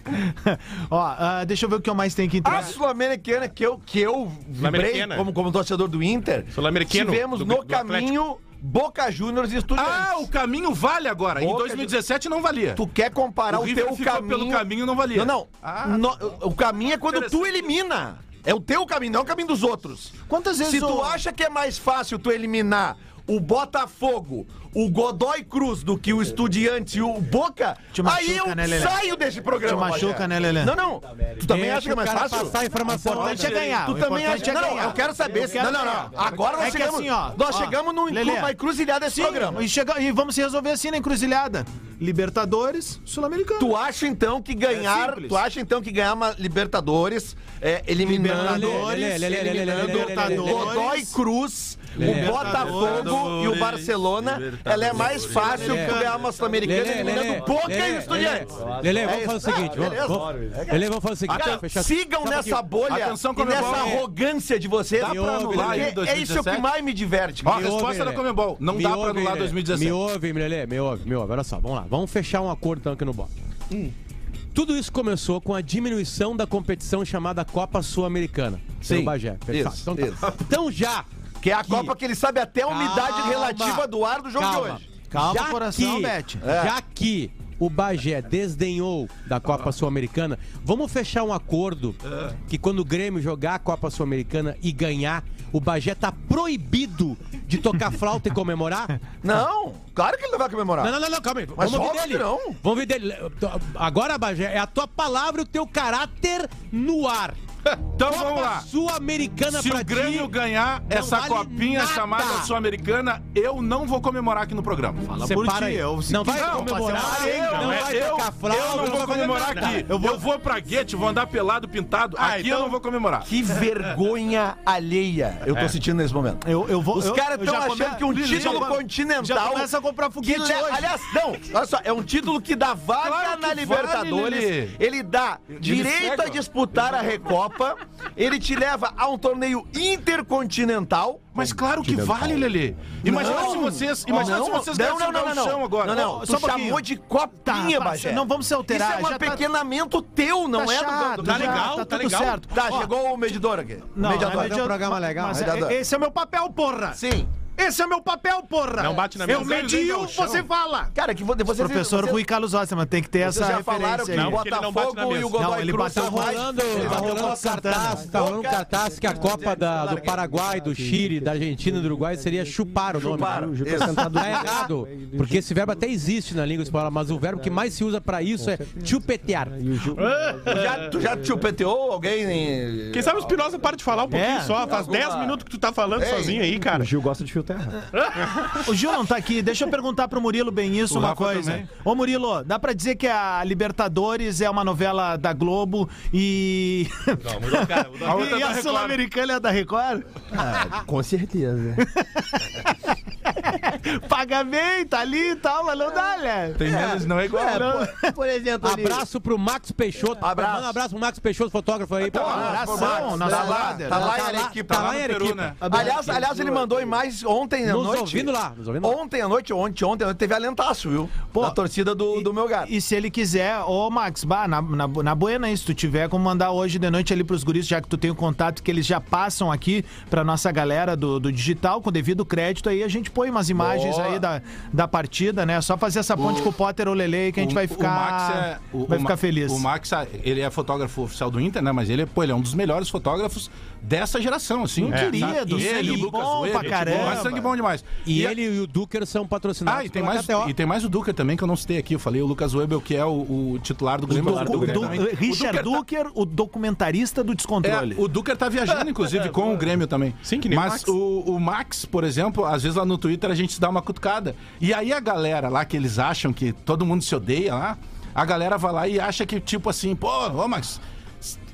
Ó, ah, deixa eu ver o que eu mais tenho que A entregar. Sul-Americana que eu, que eu vibrei Sul-Americana. como, como torcedor do Inter, Sul-Americano, tivemos do- no do Atlético. caminho Boca Juniors e Estudiantes. Ah, o caminho vale agora. Em Boca 2017 não valia. Tu quer comparar O o, River teu ficou caminho... pelo caminho, não valia. Não, não. Ah, (laughs) No- o caminho é quando tu elimina. É o teu caminho, não é o caminho dos outros. Quantas vezes Se tu o- acha que é mais fácil tu eliminar o Botafogo, o Godoy Cruz do que o Estudiante e o Boca, Te machuca, aí eu né, Lelê? saio desse programa. Te machuca, Bagé. né, Lelê? Não, não. Tu também acha que é mais fácil? Passar a informação. O importante é ganhar. Tu o também importante acha. é Não, não, ganhar. eu quero saber. Eu quero não, Ah, não, ganhar. não. Agora nós É que chegamos. assim, ó, nós ó, chegamos num Lelê. uma encruzilhada desse programa. E, chega- e vamos se resolver assim na encruzilhada. Libertadores, Sul-Americano. Tu acha então que ganhar, É simples. tu acha então que ganhar uma Libertadores, é, eliminando, Libertadores, eliminando lê, lê, lê, lê, lê, lê, lê, lê, lê, lê, lê, lê, lê, lê. Godoy Cruz, o Libertadores, Botafogo e o Barcelona, ela é mais fácil que tu ganhar uma Sul-Americana eliminando Boca e o Estudiantes. Lele, É vamos isso. fazer o seguinte. Ah, beleza. vamos- Lele, vamos fazer o seguinte. Cara, vamos fechar- sigam Sabe nessa que- bolha Atenção, e Comebol. nessa arrogância de vocês. Dá pra porque anular aí é isso que 2017? mais me diverte. Ó, a Me ouve, resposta da Lelê. Comebol. Não Me dá pra ouve, anular Lelê. 2017. Me ouve, Lelê, me ouve, me ouve. Olha só, vamos lá. Vamos fechar um acordo então aqui no Bola. Hum. Tudo isso começou com a diminuição da competição chamada Copa Sul-Americana. pelo Sim. Bagé. Perfeito. Isso, então, tá. isso. Então já. que é a Copa que ele sabe até a umidade Calma. relativa do ar do jogo de hoje. Calma, já coração, que, Bete. Já que o Bagé desdenhou da Copa Sul-Americana, vamos fechar um acordo que quando o Grêmio jogar a Copa Sul-Americana e ganhar, o Bagé tá proibido de tocar flauta e comemorar? Não, claro que ele não vai comemorar. Não, não, não, não, calma aí. Mas Vamos ouvir óbvio dele. que não. Vamos ouvir dele. Agora, Bagé, é a tua palavra e o teu caráter no ar. Então vamos lá. Sul-Americana Se pra o Grêmio ti. ganhar essa vale copinha nada. chamada Sul-Americana, eu não vou comemorar aqui no programa. Fala Separa aí. eu- se não vai quiser, eu faço comemorar, uma não, é vai eu, tocar fralda, eu não vou comemorar aqui. Eu vou, Ah, então eu vou pra Guete, vou andar pelado, pintado. aqui eu não vou comemorar. Que vergonha alheia eu tô É. sentindo nesse momento. Eu, eu vou, Os eu- caras eu estão já come- achando que um Lelê, título já come- continental. Já começa a comprar que foguete le- hoje. Aliás, não, olha só, é um título que dá vaga Tá Claro que na vale, Libertadores, Lelê. ele dá direito segue, a ó. disputar a Recopa, ele te leva a um torneio intercontinental. Mas claro que vale, Lelê. Imagina Não. se vocês, imagina Não, se vocês não, não, ganhassem o não, não, Gauchão não. agora. Não, não, Só tu um pouquinho. chamou de Tá, copinha, tá, Bagé. não vamos se alterar, Isso é um já tá- apequenamento teu, não tá é chato, do... já, Tá legal, tá, tá tudo legal. certo. Tá, Ó, chegou o medidor aqui. Não, mediador. é media- um programa legal. Mas é- Mediador. esse é o meu papel, porra. Sim. Esse é meu papel, porra. Não bate na Eu mesa. medio, você fala. Cara, que vo- vocês... um, Professor vocês- Rui Carlos Osman, tem que ter Vocês essa já falaram que referência o aí. Não, porque ele não bate na Botafogo e mesa. o Godoy Não, ele Cruz bateu são mais- rolando, Ele tá bateu rolando com a um cartaz, tá rolando um cartaz que a Copa da- do Paraguai, do Chile, da Argentina e do Uruguai seria chupar o nome. Chuparam. Tá sentado Tá errado, porque esse verbo até existe na língua espanhola, mas o verbo que mais se usa pra isso é chupetear. e o Ju- (laughs) Já, tu já chupeteou alguém em... Quem sabe o Espinosa para de falar um pouquinho É. só. Faz Alguma- 10 minutos que tu tá falando Ei. sozinho aí, O cara. Gil gosta de fio terra. O Gil não tá aqui. Deixa eu perguntar pro Murilo bem isso, O uma Rafa coisa. também. Ô Murilo, dá pra dizer que a Libertadores é uma novela da Globo e. Não, mudou, cara. Mudou. e a Sul-Americana é da Record? Com certeza. Paga bem, tá ali e tal, mas não dá, né? Tem menos, não é igual. Por exemplo, ali. Abraço pro Max Peixoto. Abraço. Manda um abraço pro Max Peixoto, fotógrafo aí. pra- Abração, Tá, na Tá lá, salada. tá lá em Arequipa. Tá lá em Arequipa. né? Aliás, aliás, ele mandou imagens ontem à Nos noite. ouvindo lá, nos ouvindo lá. Ontem à noite, ontem, ontem, à noite, teve alentaço, viu? Pô, da torcida do, do meu gato. E se ele quiser, ô Max, bah, na, na, na Buena aí, se tu tiver como mandar hoje de noite ali pros guris, já que tu tem o contato que eles já passam aqui pra nossa galera do, do digital, com devido crédito aí, a gente põe umas imagens Boa. aí da, da partida, né? Só fazer essa ponte com o Potter ou Lele aí que a gente O- vai o ficar, Max é- o- vai o ficar Ma- feliz. O Max, ah, ele é fotógrafo oficial do Inter, né? Mas ele é, pô, ele é um dos melhores fotógrafos dessa geração, assim. Um É, querido, E ele, o sangue Lucas bom Oeiro, pra gente caramba. boa, sangue bom demais. E ele e o Duker são patrocinados Ah, e tem, pela mais, KTO. e tem mais o Duker também, que eu não citei aqui. Eu falei o Lucas Webel, que é o, o é titular do Grêmio. O do, do- Grêmio. Richard Duker, o documentarista do É, descontrole. o Duker tá (laughs) viajando, É, inclusive, com o Grêmio também. Sim, que nem o Mas Max. o, o Max, por exemplo, às vezes lá no Twitter a gente se dá uma cutucada. E aí a galera lá que eles acham que todo mundo se odeia lá, a galera vai lá e acha que, tipo assim, pô, ô Max.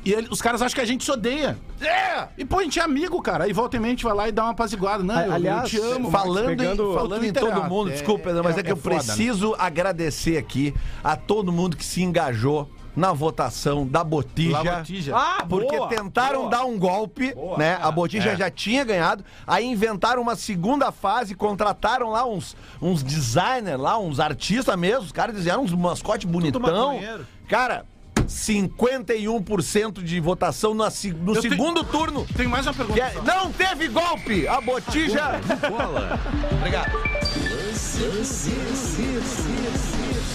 E ele- os caras acham que a gente se odeia. É! E pô, a gente é amigo, cara. Aí volta em mente, vai lá e dá uma apaziguada. Não, eu- aliás, eu te amo. Max. Falando, pegando- em, falando em Inter, todo ah, mundo, é- desculpa, Pedro, mas é, é- que eu é foda, né? preciso agradecer aqui a todo mundo que se engajou na votação da Botija. Lá, Botija. Ah, Porque tentaram dar um golpe, né? A Botija já tinha ganhado. Aí inventaram uma segunda fase, contrataram lá uns, uns designer, lá, uns artistas mesmo. Os caras fizeram uns mascote bonitão. maconheiro. Cara, 51% de votação na se- no, Eu tenho- segundo turno. Tem mais uma pergunta. Que é- só. não teve golpe! A Botija. Obrigado.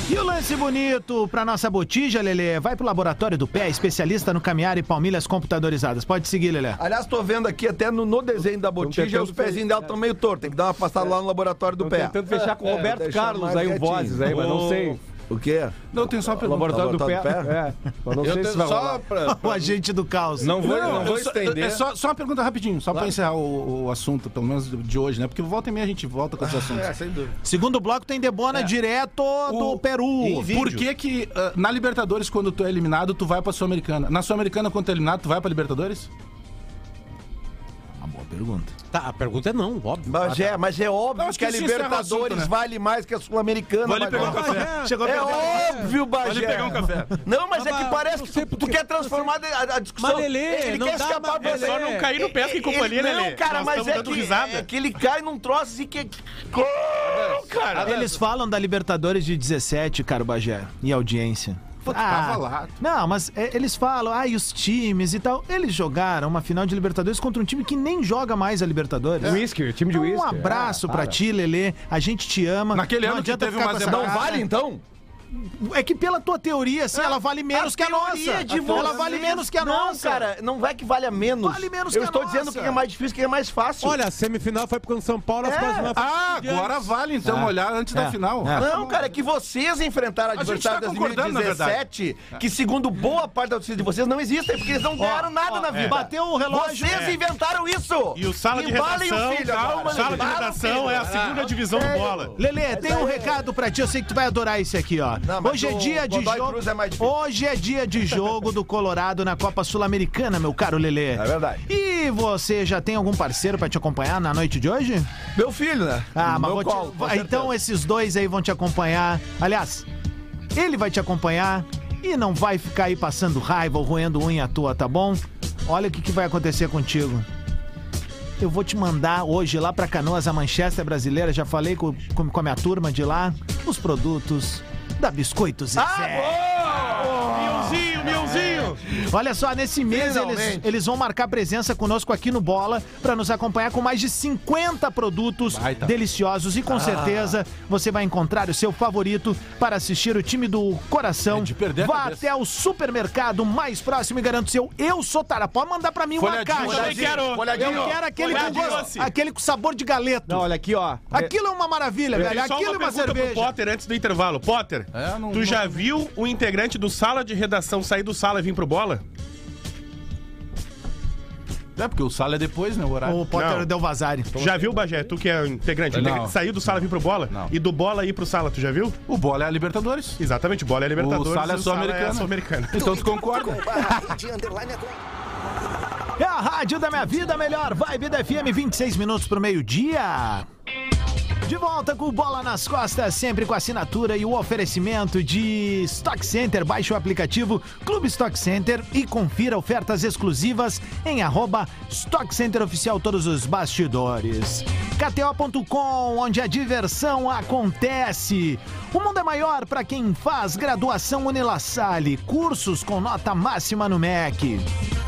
E o lance bonito pra nossa botija, Lelê? Vai pro laboratório do pé, especialista no caminhar e palmilhas computadorizadas. Pode seguir, Lelê. Aliás, tô vendo aqui até no, no desenho da botija, tentando os pezinhos dela estão meio tortos. Tem que dar uma passada lá no laboratório do pé. Tentando fechar com o É, Roberto (laughs) deixar Carlos mais aí, o quietinho. Vozes aí, mas não sei. O quê? Não, tem só uma pergunta. Laboratório do pé. Laboratório do É, mas não Eu sei se tenho- vai só rolar. pra... O agente do caos. Não vou, não, vou eu só- estender. é só, só uma pergunta rapidinho, só pra encerrar o, o assunto, pelo menos de hoje, né? Porque volta e meia a gente volta com esses assuntos. É. Segundo bloco tem Debona direto do Peru. Por que que ah, na Libertadores, quando tu é eliminado, tu vai pra Sul-Americana? Na Sul-Americana, quando tu é eliminado, tu vai pra Libertadores? Tá, a pergunta é não, óbvio. (laughs) Mas é, mas é óbvio Não, acho que, a que isso encerra o Libertadores assunto, né? vale mais que a Sul-Americana. Vou ali Bagé. pegar um café. Chegou a É perder. óbvio, Bagé. ali pegar um café. Não, mas é que mas parece não que sei tu, tu porque- quer transformar a, a discussão. Mas, Lelê, ele não quer dá, escapar mas- do É só não cair no pesca e companhia, Ele- né, Lelê. Não, cara, Nós mas estamos é dando que, risada. é que ele cai num troço assim que... cara. Eles falam da Libertadores de 17, cara, Bagé, e audiência. Ah, tava lá. Não, mas é, eles falam, ah, e os times e tal. Eles jogaram uma final de Libertadores contra um time que nem joga mais a Libertadores. É. Whisky, time de Então, whisky. Um É, abraço Ah, pra para. ti, Lelê. A gente te ama. Naquele Não ano que adianta teve ficar uma com essa Não cara. vale, então? É que pela tua teoria, É. assim, ela vale menos que a nossa. teoria de ela vocês- vale menos que a não, nossa. cara, não vai que vale a menos. Vale menos Eu que a estou nossa. dizendo que é mais difícil, que é mais fácil. Olha, a semifinal foi pro São Paulo, as É. próximas foi Ah, pro agora vale então olhar antes da final. Não, cara, é que vocês enfrentaram gente adversário tá de concordando, na verdade. 2017, que segundo boa parte da torcida de vocês não existem, porque eles não ganharam nada na vida. Bateu o relógio. Vocês inventaram isso! E o sala de Embalem redação, o filho, cara, agora, sala de embalem o redação filho. é a segunda divisão do bola. Lelê, tem um recado pra ti, eu sei que tu vai adorar esse aqui, ó. é- Não, mas Hoje é o dia de Godoy jogo. Cruz é mais difícil. Hoje é dia de jogo do Colorado na Copa Sul-Americana, meu caro Lelê. É verdade. E você já tem algum parceiro pra te acompanhar na noite de hoje? Meu filho, né? Ah, No mas meu vou te- colo, com Então certeza. esses dois aí vão te acompanhar. Aliás, ele vai te acompanhar e não vai ficar aí passando raiva ou roendo unha à toa, tá bom? Olha o que, que vai acontecer contigo. Eu vou te mandar hoje lá pra Canoas, a Manchester brasileira. Já falei com, com, com a minha turma de lá. Os produtos da Biscoitos Zezé. Ah, boa! Mionzinho, Mionzinho! Olha só, nesse mês eles, Finalmente. eles vão marcar presença conosco aqui no Bola para nos acompanhar com mais de 50 produtos deliciosos e com Ah. certeza você vai encontrar o seu favorito para assistir o time do coração. É perder a Vá cabeça. até o supermercado mais próximo e garanto seu Eu Sou Tara. Pode mandar para mim uma Folhadinho, caixa. folhadinho, Eu quero aquele com, gosto, aquele com sabor de galeto. Não, olha aqui, ó. Aquilo é uma maravilha, velho. Tem é- só Aquilo é uma uma pergunta cerveja. pro Potter antes do intervalo. Potter, É, não- tu não- já viu o integrante do sala de redação sair do sala e vir pro bola? É, porque o sala é depois, né? O horário. O Potter Não. deu vazare. Já viu, Bagé? Tu que é o integrante, Não. integrante sair do sala e vir pro bola? Não. E do bola ir pro sala, tu já viu? O bola é a Libertadores. Exatamente, bola é Libertadores. o sala é e só americana. Sul-Americana. Então tu concorda? É a rádio da minha vida, a melhor vibe da FM, 26 minutos pro meio-dia. De volta com bola nas costas, sempre com assinatura e o oferecimento de Stock Center. Baixe o aplicativo Clube Stock Center e confira ofertas exclusivas em arroba Stock Center Oficial todos os bastidores. KTO.com, onde a diversão acontece. O mundo é maior para quem faz graduação Unilassale, cursos com nota máxima no MEC.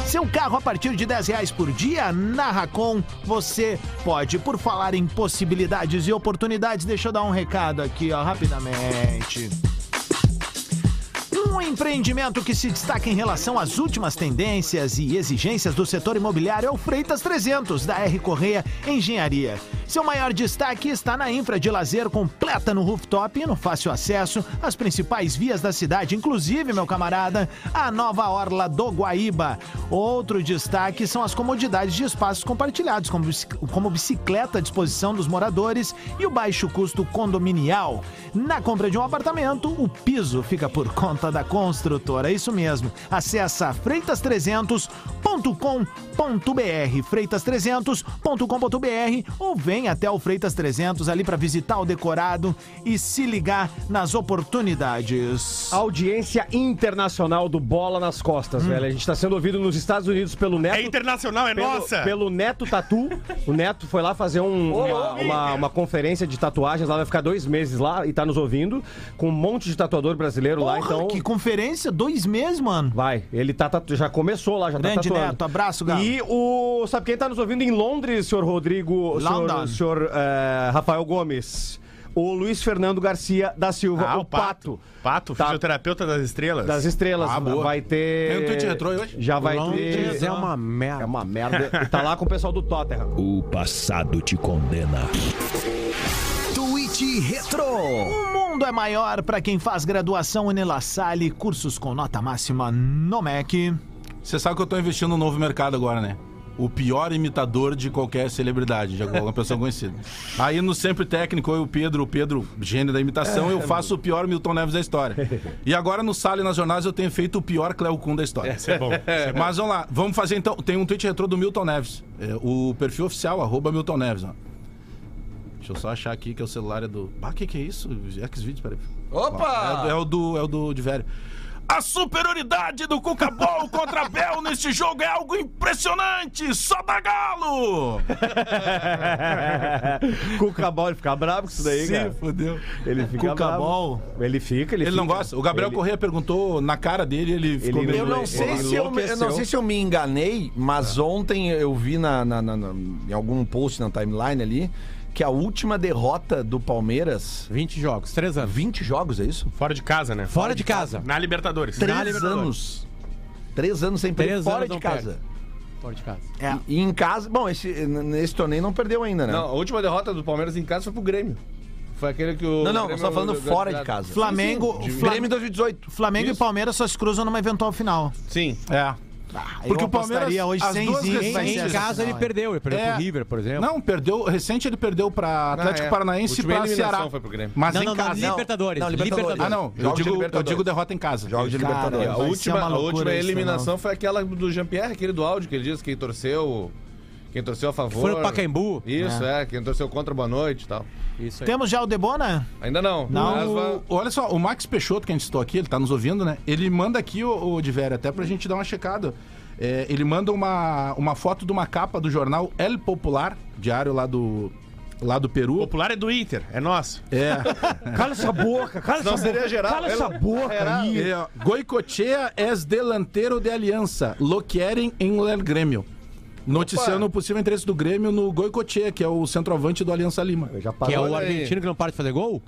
Seu carro a partir de 10 reais por dia, na Racon, você pode. Por falar em possibilidades e oportunidades, deixa eu dar um recado aqui, ó, rapidamente. Um empreendimento que se destaca em relação às últimas tendências e exigências do setor imobiliário é o Freitas 300, da R Correia Engenharia. Seu maior destaque está na infra de lazer completa no rooftop e no fácil acesso às principais vias da cidade, inclusive, meu camarada, a nova Orla do Guaíba. Outro destaque são as comodidades de espaços compartilhados, como bicic- como bicicleta à disposição dos moradores e o baixo custo condominial. Na compra de um apartamento, o piso fica por conta da construtora. É isso mesmo. Acesse freitas300.com.br, freitas300.com.br ou vem até o Freitas 300 ali para visitar o decorado e se ligar nas oportunidades. Audiência internacional do Bola nas Costas, velho. A gente tá sendo ouvido nos Estados Unidos pelo Neto. É internacional, é pelo, nossa! Pelo Neto Tatu. O Neto foi lá fazer um- uma, uma- uma conferência de tatuagens lá, vai ficar dois meses lá e tá nos ouvindo, com um monte de tatuador brasileiro lá, Porra, então. que conferência, dois meses, mano. Vai, ele tá tatu... já começou lá, já tá Grande tatuando. Neto, abraço, Galo. E o. Sabe quem tá nos ouvindo em Londres, senhor Rodrigo? London. Senhor, senhor eh, Rafael Gomes. O Luiz Fernando Garcia da Silva, Ah, o, Pato. Pato, Tá. fisioterapeuta das estrelas. Das estrelas. Ah, boa. Vai ter. Tem um tweet retrô hoje? Já vai Londres ter. é uma merda. É uma merda. tá lá com o pessoal do Tottenham. O passado te condena. Tweet Retro. O mundo é maior para quem faz graduação Unilassalle, cursos com nota máxima no MEC. Você sabe que eu tô investindo num novo mercado agora, né? O pior imitador de qualquer celebridade, de (laughs) alguma pessoa conhecida. Aí no Sempre Técnico, eu e o Pedro, o Pedro, gênio da imitação, eu É. faço o pior Milton Neves (laughs) da história. E agora no Sala e nas Jornadas eu tenho feito o pior Cleo Kuhn da história. Isso é bom. (laughs) Mas vamos lá, vamos fazer então. Tem um tweet retrô do Milton Neves. É, o perfil oficial, arroba Milton Neves, ó. Deixa eu só achar aqui que é o celular é do. Ah, que que é isso? Xvideos, peraí. Opa! É, é o do, é o do de velho. A superioridade do Cucabol contra Bel neste jogo é algo impressionante! Só dá galo! (laughs) Cuca Ball, ele fica bravo com isso daí, cara. fodeu. Ele fica Cuca bravo. Ball. Ele fica, ele Ele não fica. gosta. O Gabriel Ele- Correia perguntou na cara dele, ele ficou Ele meio. Eu não, Ele sei se eu, me- eu não sei se eu me enganei, mas É. ontem eu vi na, na- na- na- em algum post na timeline ali que a última derrota do Palmeiras, 20 jogos, 3 anos. 20 jogos, é isso? Fora de casa, né? Fora de casa. Na Libertadores. Na Três Libertadores. anos. Três anos sem perder Três fora anos de não casa. Fora de casa. É. E em casa, bom, esse, n- nesse torneio não perdeu ainda, né? Não, Não, a última derrota do Palmeiras em casa foi pro Grêmio. Foi aquele que o. não, não, Grêmio- só falando fora de casa. Flamengo, Sim, sim, Flam- Grêmio 2018. Flamengo e Palmeiras só se cruzam numa eventual final. Sim. É. Porque Eu o Palmeiras, apostaria hoje as sem duas zinho, recentes- vai Em, ser em essa casa ele final, hein? perdeu, ele perdeu É. pro River, por exemplo. Não, perdeu. Recente ele perdeu pra Atlético é. Paranaense e Última pra eliminação Ceará. foi pro Grêmio. Mas Não, em não, não, casa. Libertadores. Não, Libertadores. Ah, não. Jogos Eu de digo, eu Libertadores. digo derrota em casa. é. Jogos de Cara, Libertadores. A Vai ser última, uma a loucura última isso, eliminação Renato. foi aquela do Jean-Pierre, aquele do áudio, que ele disse quem torceu. Quem torceu a favor. Foi o Pacaembu. Isso, é. Quem torceu contra, boa noite e tal. Isso aí. Temos já o Debona? Ainda não. Não. Mas vai- O- Então, olha só, o Max Peixoto, que a gente citou aqui, ele tá nos ouvindo, né? Ele manda aqui, o, o Divério, até pra gente dar uma checada. É, ele manda uma, uma foto de uma capa do jornal El Popular, diário lá do lá do Peru. Popular é do Inter, é nosso. É. (laughs) Cala essa boca, cala Não essa seria boca. geral, Cala era- essa boca era- aí. É, ó, Goicochea es delantero de aliança. Lo quieren en el Grêmio. Noticiando o possível interesse do Grêmio no Goicochea, que é o centroavante do Aliança Lima. Que é o argentino que não para de fazer gol?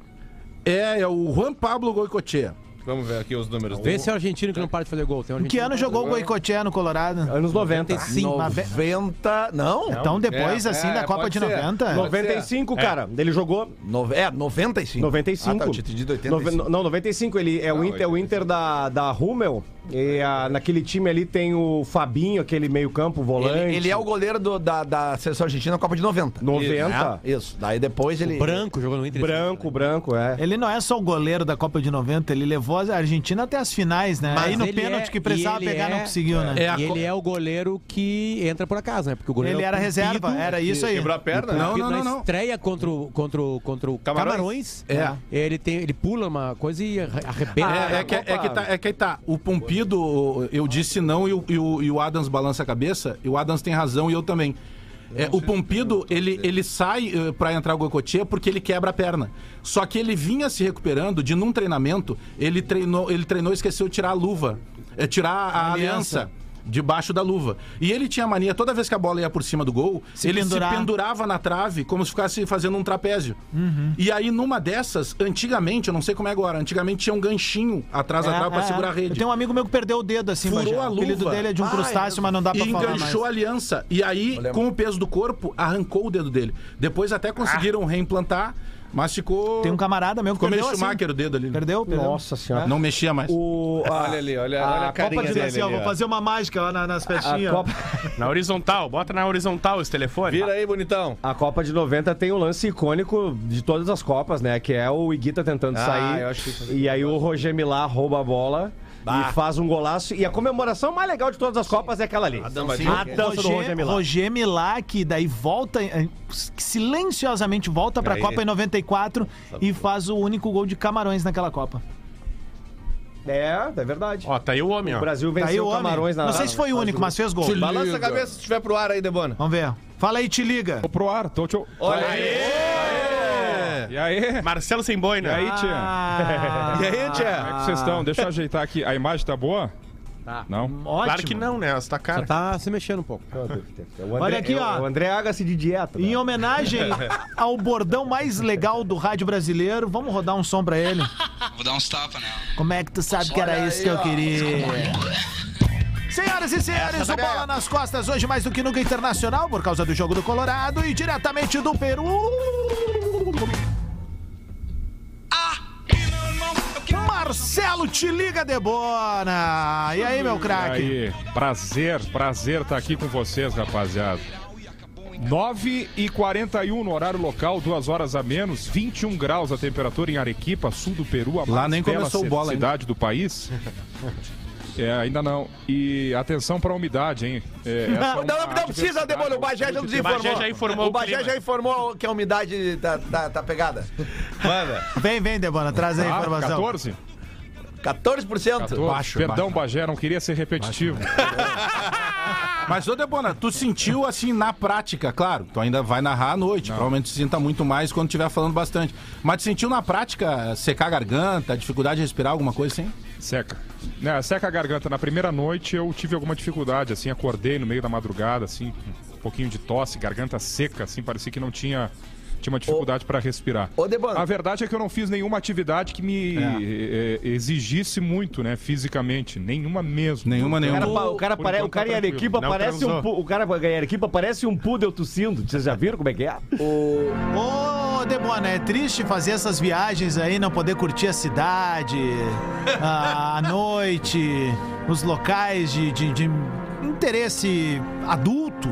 É, é o Juan Pablo Goicochea. Vamos ver aqui os números Vê se é o argentino que não para de fazer gol. Tem um Em que argentino que não ano para de jogou o fazer gol. Goicoechea no Colorado? Anos 90. 95. Na ve- 90. Não? Então depois, É, assim, é, da Copa de pode ser. 90? Pode ser. 95, cara. Ele jogou No- é, 95. 95. Ah, tá, eu tinha entendido 85. Noven- não, 95. Ele é o Inter, é o Inter da, da Rummel. E a- naquele time ali tem o Fabinho, aquele meio-campo, volante. Ele, ele é o goleiro do- da, da seleção argentina na Copa de 90. 90. Tá. Né? Isso. Daí depois ele. Branco jogou no Inter. Branco, branco, é. Ele não é só o goleiro da Copa de 90, ele levou a Argentina até as finais, né? Aí no ele pênalti é- que precisava e ele pegar, não é- conseguiu, né? É a e co- ele é o goleiro que entra por acaso, né? Porque o goleiro Ele é o era cupido. reserva, era isso é aí. Quebrou a perna? Não, né? Cupido não, na não. estreia contra o, contra o, contra o Camarões. É. Ele, tem, ele pula uma coisa e arre- arrebenta. É, é que, é, que tá, é que aí tá. O Pompido, eu disse não e o, e o- e o Adams balança a cabeça. E o Adams tem razão e eu também. É, o Pompido, ele, ele sai eh, pra entrar o Goicoechea porque ele quebra a perna. Só que ele vinha se recuperando de num treinamento, ele treinou, ele treinou e esqueceu de tirar a luva, eh, tirar a, aliança. Debaixo da luva. E ele tinha mania, toda vez que a bola ia por cima do gol, Se ele pendurar. se pendurava na trave como se ficasse fazendo um trapézio. Uhum. E aí, numa dessas, antigamente, eu não sei como é agora, antigamente tinha um ganchinho atrás da É, trave pra é, segurar a é. Eu rede. tenho um amigo meu que perdeu o dedo assim, Furou Bajé. a O apelido luva. dele é de um crustáceo, mas não dá E pra falar mais. enganchou a aliança. E aí, com o peso do corpo, arrancou o dedo dele. Depois até conseguiram reimplantar, mas ficou. Ah. Tem um camarada meu que Ficou meio perdeu assim. Schumacher o dedo ali. né? Perdeu, né? perdeu. Nossa senhora. Não mexia mais. O- a- Olha ali, Ah, olha, olha a, tá. carinha Copa de dele Brasil, ali, vou ó. fazer uma mágica lá na- nas a festinhas. Copa... Na horizontal, bota na horizontal esse telefone. né? Vira aí, bonitão. A Copa de 90 tem o lance icônico de todas as Copas, né? Que é o Iguita tentando Ah, sair. eu acho que isso é e aí o Roger Milá rouba a bola e faz um golaço. E a comemoração mais legal de todas as Copas é aquela ali. A dancinha. dança do Roger Milá. Roger Milá, que daí volta, eh, que silenciosamente volta pra Aí. Copa em 94 Tá e faz o único gol de Camarões naquela Copa. Tá É, é verdade. Ó, tá aí o homem, o ó. Brasil Daí venceu o o homem. Camarões na Não sei se foi o único, mas fez gol. Balança a cabeça se estiver pro ar aí, Debona. Vamos ver. Fala aí, te liga. pro ar, tô te... Olha aí. E aí? Marcelo sem né? boina. E aí, tia? (laughs) Ah, E aí, Como é tia? que vocês estão? Deixa eu ajeitar aqui. A imagem tá boa? Tá. Não? ótimo. Claro que não, né? Você tá cara. Só tá se mexendo um pouco. Olha aqui, ó. O André Agassi de dieta. Em homenagem (laughs) ao bordão mais legal do rádio brasileiro, vamos rodar um som pra ele. Vou dar uns tapas, né? Como é que tu sabe que era isso que eu queria? Senhoras e senhores, o Bola nas Costas hoje mais do que nunca internacional por causa do jogo do Colorado e diretamente do Peru. Ah! Marcelo te liga, Debona. E aí, meu craque? E aí, prazer, prazer estar aqui com vocês, rapaziada. 9 e 41 no horário local, duas horas a menos, 21 graus a temperatura em Arequipa, sul do Peru, a Lá mais nem bela começou o ci- bola, hein? cidade do (laughs) país. É, ainda não. E atenção para a umidade, hein? É, (laughs) essa é Não, uma não, não precisa, adversidade Demônio. O é Bagé já muito nos grande. Bagé já informou. informou O Bagé o clima. já informou que a umidade tá, tá, tá pegada. Manda. Vem, vem, Debona, traz aí a Ah, informação. 14? 14%. 14. Baixo, Perdão, baixo. Bagé, não queria ser repetitivo. Mas, ô Debona, tu sentiu assim na prática, claro, tu ainda vai narrar à noite, provavelmente tu sinta muito mais quando estiver falando bastante. Mas tu sentiu na prática secar a garganta, dificuldade de respirar, alguma coisa assim? Seca. Né, seca a garganta. Na primeira noite eu tive alguma dificuldade, assim, acordei no meio da madrugada, assim, um pouquinho de tosse, garganta seca, assim, parecia que não tinha. Tinha uma dificuldade para respirar. Ô, Debona. A verdade é que eu não fiz nenhuma atividade que me eh, eh, exigisse muito, né, fisicamente. Nenhuma mesmo. Nenhuma, Então, O cara, nenhuma. pa- o cara, Por pare- enquanto o cara tá em tranquilo. Arequipa Não parece um, transou. pu- o cara em Arequipa parece um poodle tossindo. Vocês já viram como é que é? Ô, Debona, é triste fazer essas viagens aí, não poder curtir a cidade, a, a noite, os locais de, de- de interesse adulto.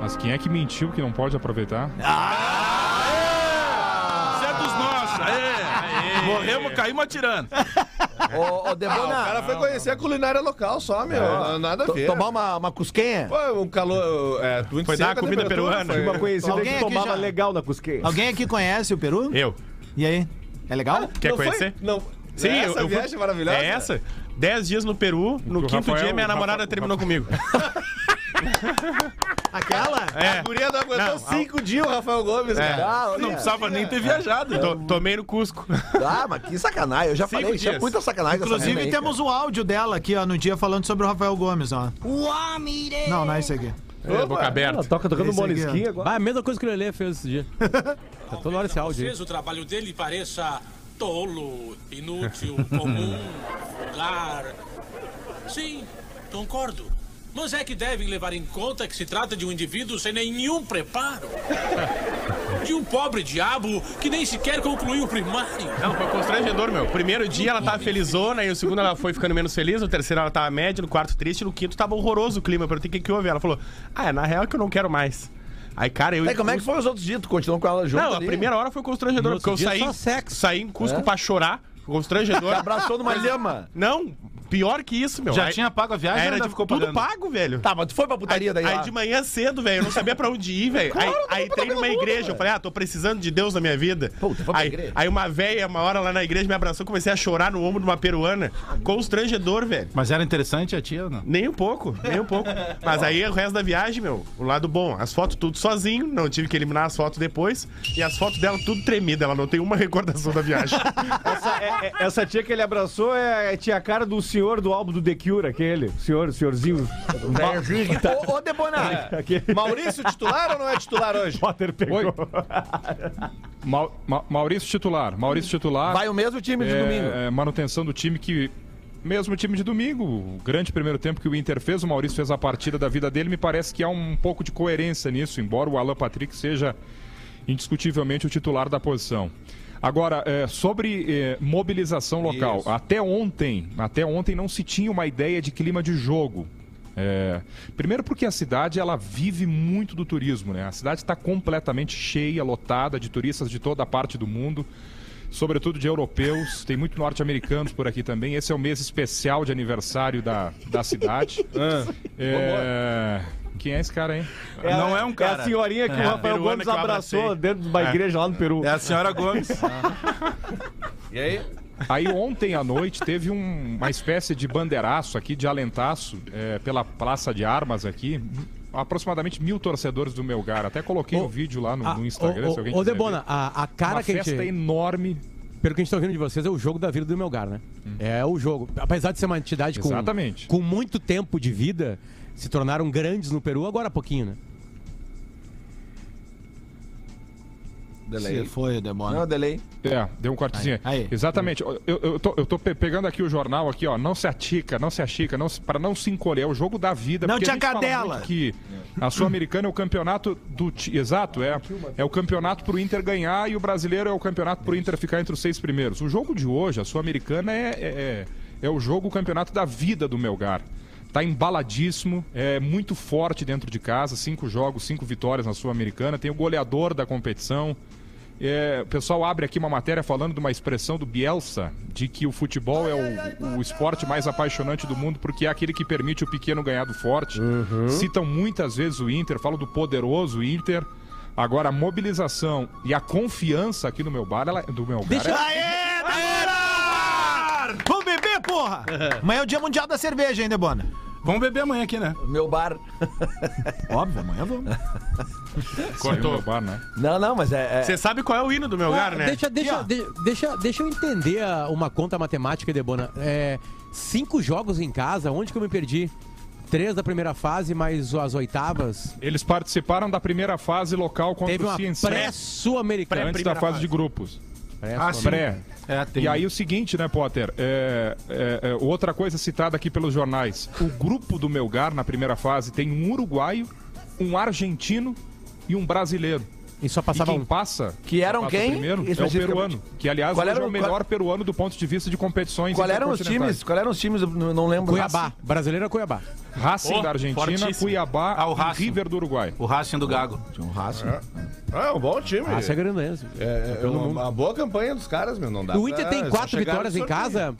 Mas quem é que mentiu que não pode aproveitar? Você é dos nossos. Aê, Morremos, caímos atirando. Ô, ô Ah, o cara Debona, foi conhecer a culinária local só, meu. Não, Nada a to- ver. tomar uma, uma cusquenha? Pô, um calor. É, tu Foi dar a comida peruana. Uma conhecida Alguém que aqui tomava já- legal na cusqueia. Alguém aqui conhece o Peru? Eu. E aí? É legal? Quer conhecer? Não. Sim, é essa eu, eu fui- viagem maravilhosa. É essa? Dez dias no Peru, no O quinto Rafael- dia minha o (laughs) Rafa- namorada o terminou comigo. Aquela? É. A guria não aguentou Não, cinco dias o Rafael Gomes, né? É. cara. Ah, não olha. precisava nem ter viajado. To- tomei no Cusco. (laughs) Ah, mas que sacanagem. Eu já Cinco falei, isso é dias. muita sacanagem. Inclusive, temos o áudio dela aqui, ó, no dia falando sobre o Rafael Gomes, ó. Não, não é isso aqui. É, boca aberta. toca tocando Esse bola aqui, ó. esqui agora. Vai, a mesma coisa que o Lelê fez esse (laughs) dia. Tá toda hora esse áudio aí. Talvez o trabalho dele pareça tolo, inútil, comum, vulgar. Sim, concordo. Mas é que devem levar em conta que se trata de um indivíduo sem nenhum preparo. De um pobre diabo que nem sequer concluiu o primário. Não, foi constrangedor, meu. Primeiro dia ela tava felizona, aí o segundo ela foi ficando menos feliz, no terceiro ela tava média, no quarto triste, no quinto tava horroroso o clima. Eu perguntei o que, que houve. Ela falou: Ah, na real é que eu não quero mais. Aí, cara, eu. É, como é que foi os outros dias? Tu continuou com ela junto Não, ali? a primeira hora foi constrangedor, No porque eu outro saí, dia, só sexo. saí em Cusco É? Tá pra chorar. Constrangedor. (laughs) Te abraçou numa lhama. Não, pior que isso, meu. Já tinha pago a viagem ou Era ainda de, ficou tudo pagando? pago, velho. Tá, mas tu foi pra putaria aí, daí aí lá? de manhã cedo, velho, eu não sabia pra onde ir, velho. Aí- Claro, tu aí foi pra entrei numa Belo Horizonte, igreja, eu velho. falei, ah, tô precisando de Deus na minha vida. foi pra aí, igreja? aí uma velha, uma hora lá na igreja, me abraçou, comecei a chorar no ombro de uma peruana. Constrangedor, velho. Mas era interessante a tia ou não? Nem um pouco, nem um pouco. Mas aí o resto da viagem, meu, o lado bom, as fotos tudo sozinho, não tive que eliminar as fotos depois. E as fotos dela tudo tremida, ela não tem uma recordação da viagem. Essa, é- é- essa tia que ele abraçou é, tinha a cara do senhor do álbum do The Cure, aquele. O Senhor, o senhorzinho. Ô, ô Debonar, Aquele- Maurício, titular ou não é titular hoje? Potter pegou. Oi. Mau- Ma- Maurício titular. Maurício titular. vai o mesmo time de É, domingo. é, manutenção do time que. Mesmo time de domingo, o grande primeiro tempo que o Inter fez, o Maurício fez a partida da vida dele, me parece que há um pouco de coerência nisso, embora o Alan Patrick seja indiscutivelmente o titular da posição. Agora, é, sobre é, mobilização local, até ontem, até ontem não se tinha uma ideia de clima de jogo. É, primeiro porque a cidade ela vive muito do turismo, né? A cidade está completamente cheia, lotada de turistas de toda parte do mundo sobretudo de europeus, tem muito norte-americanos por aqui também. Esse é o mês especial de aniversário da, da cidade. É, Quem é esse cara, hein? não é um É cara. a senhorinha que É, o a Rafael peruana Gomes que eu abraçou abracei. dentro de uma igreja lá no Peru. É a senhora Gomes. E aí? Aí ontem à noite teve um- uma espécie de bandeiraço aqui, de alentaço, é, pela Praça de Armas aqui. Aproximadamente mil torcedores do Melgar. Até coloquei Ô, um vídeo lá no, Ah, no Instagram, ô, se alguém Ô, ô, quiser ver. Debona, a, a cara Uma que a festa gente. enorme. Pelo que a gente tá ouvindo de vocês, é o jogo da vida do Melgar, né? É o jogo. Apesar de ser uma entidade com, Exatamente. com muito tempo de vida, se tornaram grandes no Peru agora há pouquinho, né? Se foi, Debona. Não, delay. É, deu um cortezinho. Aí, aí. Exatamente. Eu, eu, eu tô, eu tô pe- pegando aqui o jornal aqui, ó. Não se atica, não se achica, não se, para não se encolher. É o jogo da vida. Não porque te a gente fala acadela. muito Que a Sul-Americana é o campeonato do... ti- Exato, é. É o campeonato pro Inter ganhar e o brasileiro é o campeonato pro Inter ficar entre os seis primeiros. O jogo de hoje, a Sul-Americana, é, é, é, é o jogo, o campeonato da vida do Melgar. Tá embaladíssimo, é muito forte dentro de casa, cinco jogos, cinco vitórias na Sul-Americana, tem o goleador da competição, é, o pessoal abre aqui uma matéria falando de uma expressão do Bielsa, de que o futebol é o, o esporte mais apaixonante do mundo, porque é aquele que permite o pequeno ganhar do forte. Citam muitas vezes o Inter, falam do poderoso Inter. Agora, a mobilização e a confiança aqui no meu bar, ela, do meu bar, Deixa- Aê, Debona! Vamos beber, porra! Amanhã é o Dia Mundial da Cerveja, hein, Debona? Vamos beber amanhã aqui, né? Meu bar. Óbvio, amanhã vamos. cortou. Meu bar, né? Não, não, mas é. é- Você sabe qual é o hino do meu lugar, né? Ah, Deixa, deixa, de- deixa, deixa eu entender a- uma conta matemática, Debona. É, cinco jogos em casa, onde que eu me perdi? Três da primeira fase, mais as oitavas. Eles participaram da primeira fase local contra Teve o uma Cienciano, pré-sul-americana. antes da fase de grupos. Ah, sim. Pré. É, tem. E aí o seguinte, né, Potter? É, é, é, outra coisa citada aqui pelos jornais. O grupo do Melgar, na primeira fase, tem um uruguaio, um argentino e um brasileiro. E só E passava quem um. passa... Tá Que eram passa quem, Primeiro, é o especificamente? peruano. Que, aliás, Qual hoje era é o- o melhor peruano do ponto de vista de competições Qual eram os times? Qual eram os times? Eu Não não lembro. Cuiabá. Brasileiro é Cuiabá. assim. Racing Oh, da Argentina, fortíssimo. Cuiabá Ah, o e Racing. River do Uruguai. O Racing do Gago. Tinha um Racing. Ah, um bom time. Ah, isso é grandeza. É, é uma, uma boa campanha dos caras, meu. Não dá O Inter pra- tem só quatro chegaram vitórias em absorvidos. casa.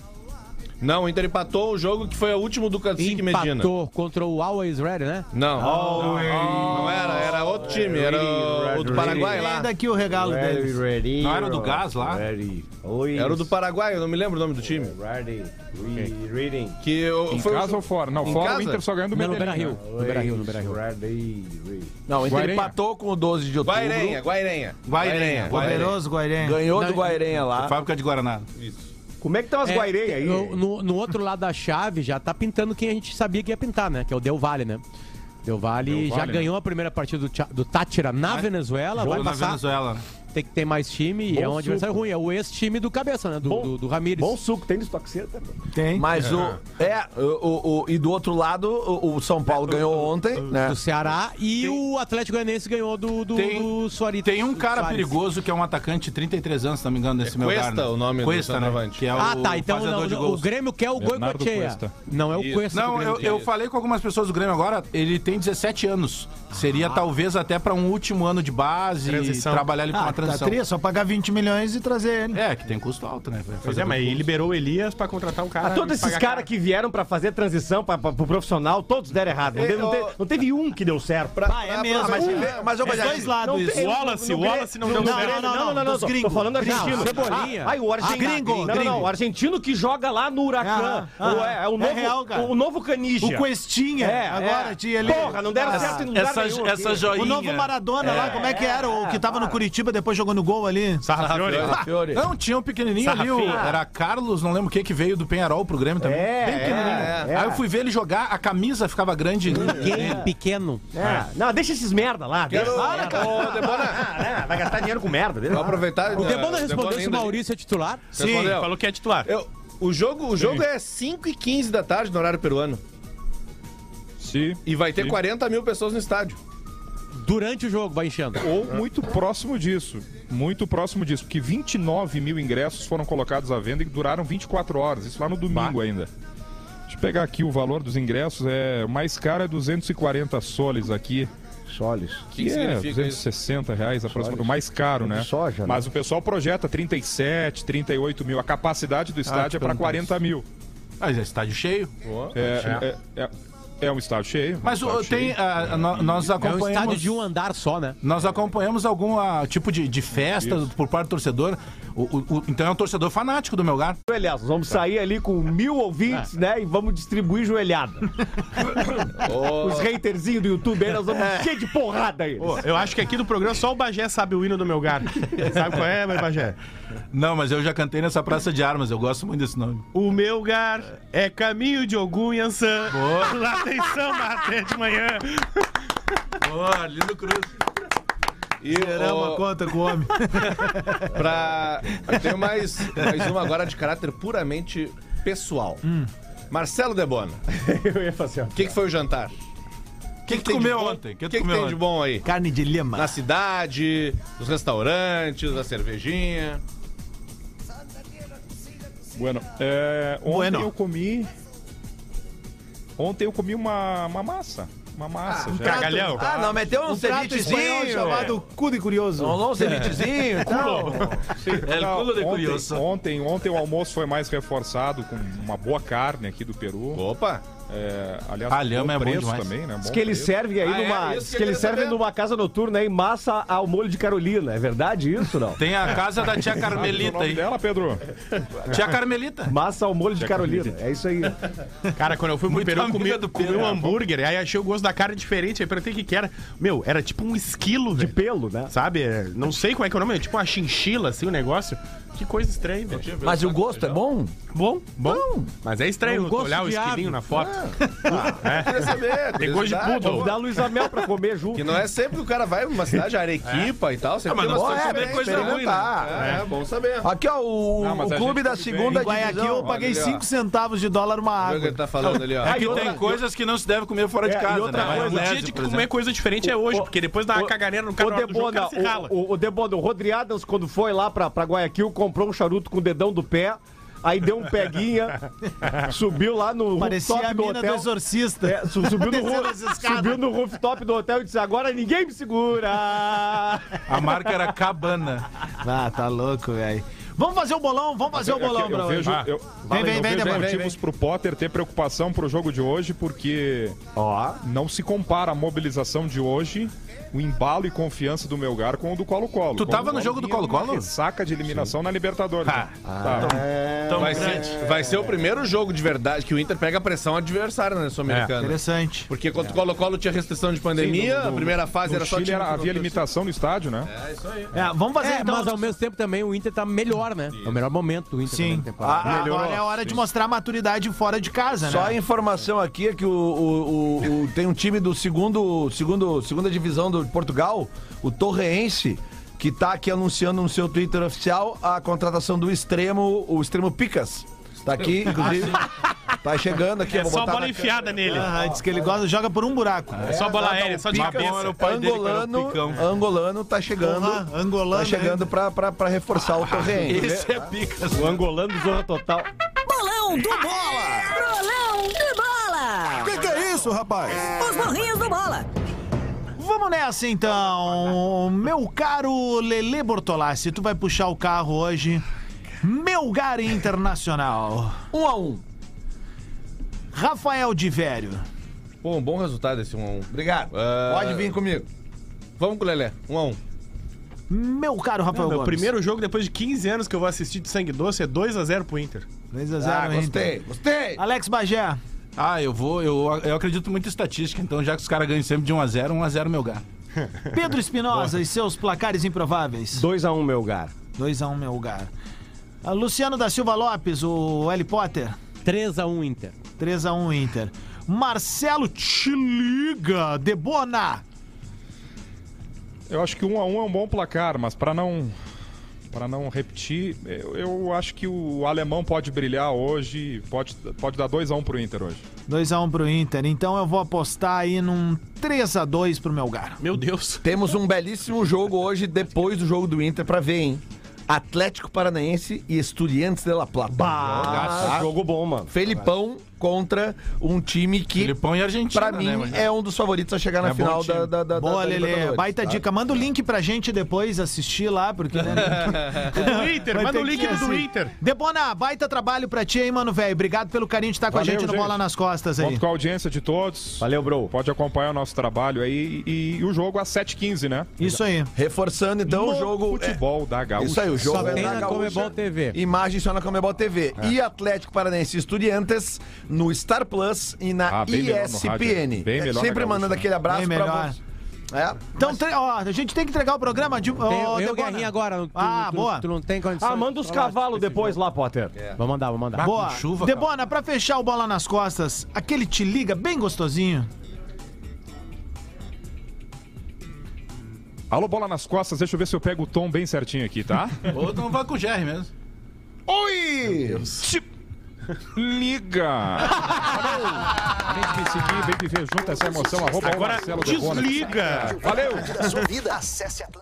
Não, o Inter empatou o jogo que foi o último do Cacique Medina. Empatou contra o Always Red, né? Não. Não era, era outro time, era o- o do Paraguai lá. Daqui o regalo deles. Não era do Gás lá? Era o do Paraguai, eu não me lembro o nome do time. Que eu, Em foi o casa jogo- ou fora? Não, Em fora o casa? Inter só ganhou do Não, no Medellín. Beira-Rio. né? No Beira-Rio, no Beira-Rio. Não, o Inter Guairenha. empatou com o 12 de outubro. Guairenha, Guairenha. Guairenha. Poderoso Guairenha. Ganhou do Não, Guairenha lá. Fábrica de Guaraná. Como é que estão as É, guaireias aí? No, no- no outro lado da chave já tá pintando quem a gente sabia que ia pintar, né? Que é o Del Valle, né? Del Valle Del já Valle, né? ganhou a primeira partida do, Tcha- do Tátira na Vai- Venezuela. Jogo vai na passar. Venezuela. né? Tem que ter mais time e Bom é um adversário suco. ruim. É o ex-time do Cabeça, né? Do, do, do Ramírez. Bom suco, tem disso toxeta? Tem. Mas o. É, o, o- e do outro lado, o, o São Paulo ganhou ontem, né? Do Ceará e o Atlético Goianiense ganhou do, do, É. Tem- do Suari- Tem um cara Suárez. perigoso que é um atacante de 33 anos, se não me engano, desse meu É Cuesta lugar. né? o nome do Cuesta, né? centroavante. Que é Ah, o tá. Então fazedor não, de não, goicocheia. o Grêmio quer o Bernardo Goicoechea. Cuesta. Não é o Isso. Cuesta. que o Não, Grêmio eu, quer. eu falei com algumas pessoas do Grêmio agora, ele tem 17 anos. Seria talvez até pra um último ano de base Transição. e trabalhar ele pra uma Ah, tá transição. tri, é só pagar 20 milhões e trazer ele. É, que tem custo alto, né? Pois é, mas ele liberou o Elias pra contratar um cara. Ah, todos e esses pagar caras que vieram pra fazer transição pra, pra, pro profissional, todos deram errado. Não É, teve, não ó, teve, não teve um que deu certo. Ah, é mesmo. mas- mas, ô, é mas- dois lados Não isso. tem- Wallace, no- no- Wallace não no- deu no- certo. Não, não, não, não. Dos Tô, tô gringos. falando argentino. Não, Cebolinha. Ah, ai, o argentino. Ah, gringo, não, não, não. gringo. O argentino que joga lá no Huracan. Ah, O- ah, é, é o é novo, real, cara. o novo Canija. O Questinha, É, agora é. tinha ali. Porra, não deram certo em lugar essa- nenhum. essa aqui. joinha. um O novo Maradona lá, como é que era? O que tava no Curitiba, depois jogou no gol ali. Sarrafiore. Fiore. Não, tinha um pequenininho ali, o, Sarrafinha. era Carlos, não lembro o que, que veio do Penharol pro Grêmio também. É, Bem pequenininho. é, é. Aí eu fui ver ele jogar, a camisa ficava grande. É. Pequeno, pequeno. É. Não, deixa esses merda lá. Deixa Quero- esses merda. Ô, Debona, Ah, né? Vai gastar dinheiro com merda. deixa vou lá. aproveitar. O Debona Debona respondeu se o ainda- Maurício é titular. Sim, Respondeu. falou que é titular. Eu- o jogo, o jogo é 5 e 15 da tarde no horário peruano. Se E vai ter Sim. 40 mil pessoas no estádio. Durante o jogo, vai enchendo. ou muito próximo disso. Muito próximo disso. Porque 29 mil ingressos foram colocados à venda e duraram 24 horas. Isso lá no domingo ainda. Deixa eu pegar aqui o valor dos ingressos. É, o mais caro é 240 soles aqui. Solis. O Que, que, que é significa isso? 260 reais aproximadamente. O mais caro, né? Soja, né? Mas o pessoal projeta 37, 38 mil. A capacidade Ah, do estádio tipo um é para 40 mil. Mas é estádio cheio. tá É, é, é- é um estádio cheio. Mas um o- estádio cheio. tem. ah, no- nós É um acompanhamos. estádio de um andar só, né? Nós acompanhamos algum ah, tipo de, de festa Isso. por parte do torcedor. O- o- o- então é um torcedor fanático do meu lugar. Joelhaço. Vamos sair ali com mil ouvintes, né? E vamos distribuir joelhada. Os haterzinhos do YouTube aí, nós vamos É. encher de porrada aí. Pô, eu acho que aqui do programa só o Bagé sabe o hino do meu (laughs) gar. sabe qual é, mas Bagé? Não, mas eu já cantei nessa Praça de Armas, eu gosto muito desse nome. O meu gar é caminho de Ogum Yansan. Boa. Lá tem samba até de manhã. Boa, lindo cruz. E Caramba, o- conta com o homem. pra... Eu tenho mais, mais uma agora de caráter puramente pessoal. Marcelo Debona, Eu ia fazer, ó. o que, que foi o jantar? O que, que tu Tem de comeu bom? ontem? O O que, tu que comeu tem de ontem? bom aí? Carne de lima. Na cidade, nos restaurantes, a cervejinha. Bueno, é, ontem Bueno. eu comi. Ontem eu comi uma, uma massa. Uma massa. já. Cagalhão. Ah, não, meteu um, Um prato espanhol cevichezinho. chamado cu de curioso. Rolou um cevichezinho. tal. Não, ontem, curioso. Ontem, ontem o almoço foi mais reforçado com uma boa carne aqui do Peru. Opa! É, aliás, Ah, lhama bom é bom preço demais. também, né? Diz Bom que ele preço. serve aí Ah, é? numa. Isso diz que que eu ele ia serve saber. numa casa noturna aí, massa ao molho de Carolina. É verdade isso, não? Tem a casa da tia Sabe o Carmelita nome aí. dela, Pedro? Tia Carmelita. Massa ao molho de Carolina. É isso aí. Cara, quando eu fui pro Muito Peru, amiga comi, do comi Pedro. um hambúrguer, aí achei o gosto da carne diferente, aí perguntei o que que era. Meu, era tipo um esquilo, De velho. pelo, né? Sabe? É, Não sei como é que é o nome, é tipo uma chinchila, assim, o negócio. Que coisa estranha, velho. Mas o gosto é bom? Bom, bom. Mas é É estranho um tu gosto olhar o de esquilinho ave. na foto. Ah, Queria saber. Tem gosto de curiosidade. poodle. Convidar a Luísa Mel pra comer junto. (laughs) Que não é sempre que o cara vai pra uma É. cidade, Arequipa e tal. Ah, Sempre mas tem não umas pode coisas saber diferentes, coisa ruim, né? né? É, bom saber. Aqui, ó, o, Não, mas o a clube gente da come bem. segunda Em Guaiaqui divisão. eu paguei Olha ali, ó. 5 centavos de dólar uma Olha o que água. ele tá falando ali, ó. Ah, É e que outra- tem coisas que não se deve comer fora de É, e casa, outra né? coisa, O Maionese, dia de por comer exemplo. coisa diferente é hoje, porque depois dá uma caganeira no cara, O na hora do jogo, o Debona, cara se rala. o, o, o Debona, o Rodri Adams, quando foi lá pra, pra Guayaquil, comprou um charuto com o dedão do pé, aí deu um (laughs) peguinha, subiu lá no Parecia rooftop a do mina do hotel. exorcista. É, su- (laughs) subiu, no, Descendo ru- as escadas. subiu no rooftop do hotel e disse: Agora ninguém me segura! (laughs) A marca era Cabana. Ah, tá louco, velho. Vamos fazer o bolão, vamos fazer o bolão, eu, eu Braulio. Ah. vejo, eu, Vem, eu vem, vem, vejo Débora. motivos pro Potter ter preocupação pro jogo de hoje, porque não se compara a mobilização de hoje, o embalo e confiança do Melgar com o do Colo-Colo. Tu tava no Colo-Colo jogo do vinha numa Colo-Colo? Ressaca de eliminação na Libertadores. Ah. né? Tava. vai, ser, vai ser o primeiro jogo de verdade que o Inter pega a pressão adversária na Sul-Americana. É, interessante. Porque quando o Colo-Colo tinha restrição de pandemia, Sim, no- no- a primeira fase no era só Chile time era- que havia não- limitação no estádio, né? É, isso aí. vamos fazer é, então- Mas ao mesmo tempo também o Inter tá melhor, né? É o melhor momento do Inter também na temporada. Ah, Agora é a hora de mostrar a maturidade fora de casa, né? Só a informação aqui é que o, o- o- o- tem um time do segundo, segundo, segunda divisão do de Portugal, o Torreense, que tá aqui anunciando no seu Twitter oficial a contratação do extremo, o extremo Picas. Tá aqui, inclusive. Tá chegando aqui. eu É vou só botar bola na enfiada nele. Ah, diz que ele gosta, joga por um buraco. câmera. É só bola tá, aérea, só de Picas, cabeça. era o pai dele que era o angolano, Picão. angolano tá chegando. Porra, angolano tá chegando pra, pra, pra reforçar Ah, o Torreense. Esse é picas. O angolano do Zorra Total. Bolão do Bola! Bolão do Bola! Que que é isso, rapaz? Os morrinhos do Bola! Vamos nessa então, meu caro Lele Bortolassi, tu vai puxar o carro hoje. Melgar e Internacional. Um a um. Rafael de Vério. Pô, um bom resultado esse 1x1. Obrigado. Pode vir comigo. Vamos com o Lelé. 1x1. Meu caro Rafael Não, meu Gomes. primeiro jogo depois de 15 anos que eu vou assistir de sangue doce é 2x0 pro Inter. 2x0 Ah, gostei, gostei. Alex Bagé. Ah, eu vou. Eu, eu acredito muito em estatística, então já que os caras ganham sempre de 1x0, 1x0 Melgar. Pedro Espinosa e seus placares improváveis. 2x1 um, Melgar. 2x1 Melgar. Ah, Luciano da Silva Lopes, o Harry Potter. 3x1 Inter. 3x1 Inter. Marcelo te liga, Debona. Eu acho que 1 a 1 é um bom placar, mas para não para não repetir, eu, eu acho que o alemão pode brilhar hoje, pode pode dar 2 a 1 pro Inter hoje. 2x1 pro Inter. Então eu vou apostar aí num 3x2 pro Melgar. Meu Deus. Temos um belíssimo jogo hoje, depois do jogo do Inter, pra ver, hein? Atlético Paranaense e Estudiantes de La Plata. Tá? Ah, Jogo bom, mano. Felipão contra um time que. Felipão e Argentina, Pra mim, né, mas- é um dos favoritos a chegar na É bom final time. da, da, da. Boa, da Lele. Libertadores, Baita tá? dica. Manda o link pra gente depois assistir lá, porque. Né, Do Inter, Vai manda (laughs) ter o link que do assistir. Inter. Debona, baita trabalho pra ti, hein, mano, velho. Obrigado pelo carinho de estar com a Valeu, gente no gente. Bola nas Costas aí. Conto com a audiência de todos. Valeu, bro. Pode acompanhar o nosso trabalho aí e, e o jogo às 7h15, né? Isso aí. Reforçando, então, o No jogo. é- Futebol da Gaúcha. Isso aí, o jogo é na Gaúcha. Então, TV. Imagem só na Comebol TV. É. E Atlético Paranaense e Estudiantes no Star Plus e na Ah, bem melhor no rádio. ESPN. Bem É, melhor na Sempre Gaúcha, mandando né? aquele abraço Bem melhor. pra você. É. Então, tre- ó, a gente tem que entregar o programa de. eu, Ô, eu Debona. Guerrinha, agora. Tu, Ah, tu- boa. Tu não tem condições. Ah, manda os Fala cavalos desse depois jogo. lá, Potter. É. Vou mandar, vou mandar. Boa. Debona, pra fechar o bola nas costas, aquele te liga bem gostosinho. Alô, bola nas costas, deixa eu ver se eu pego o tom bem certinho aqui, (laughs) tá? Ou não então vai com o Jerry mesmo. Oi! Liga! Vem me seguir, vem viver junto essa é emoção. Arroba o Agora Marcelo Debona. desliga. Valeu! Da sua vida, acesse Atlântico.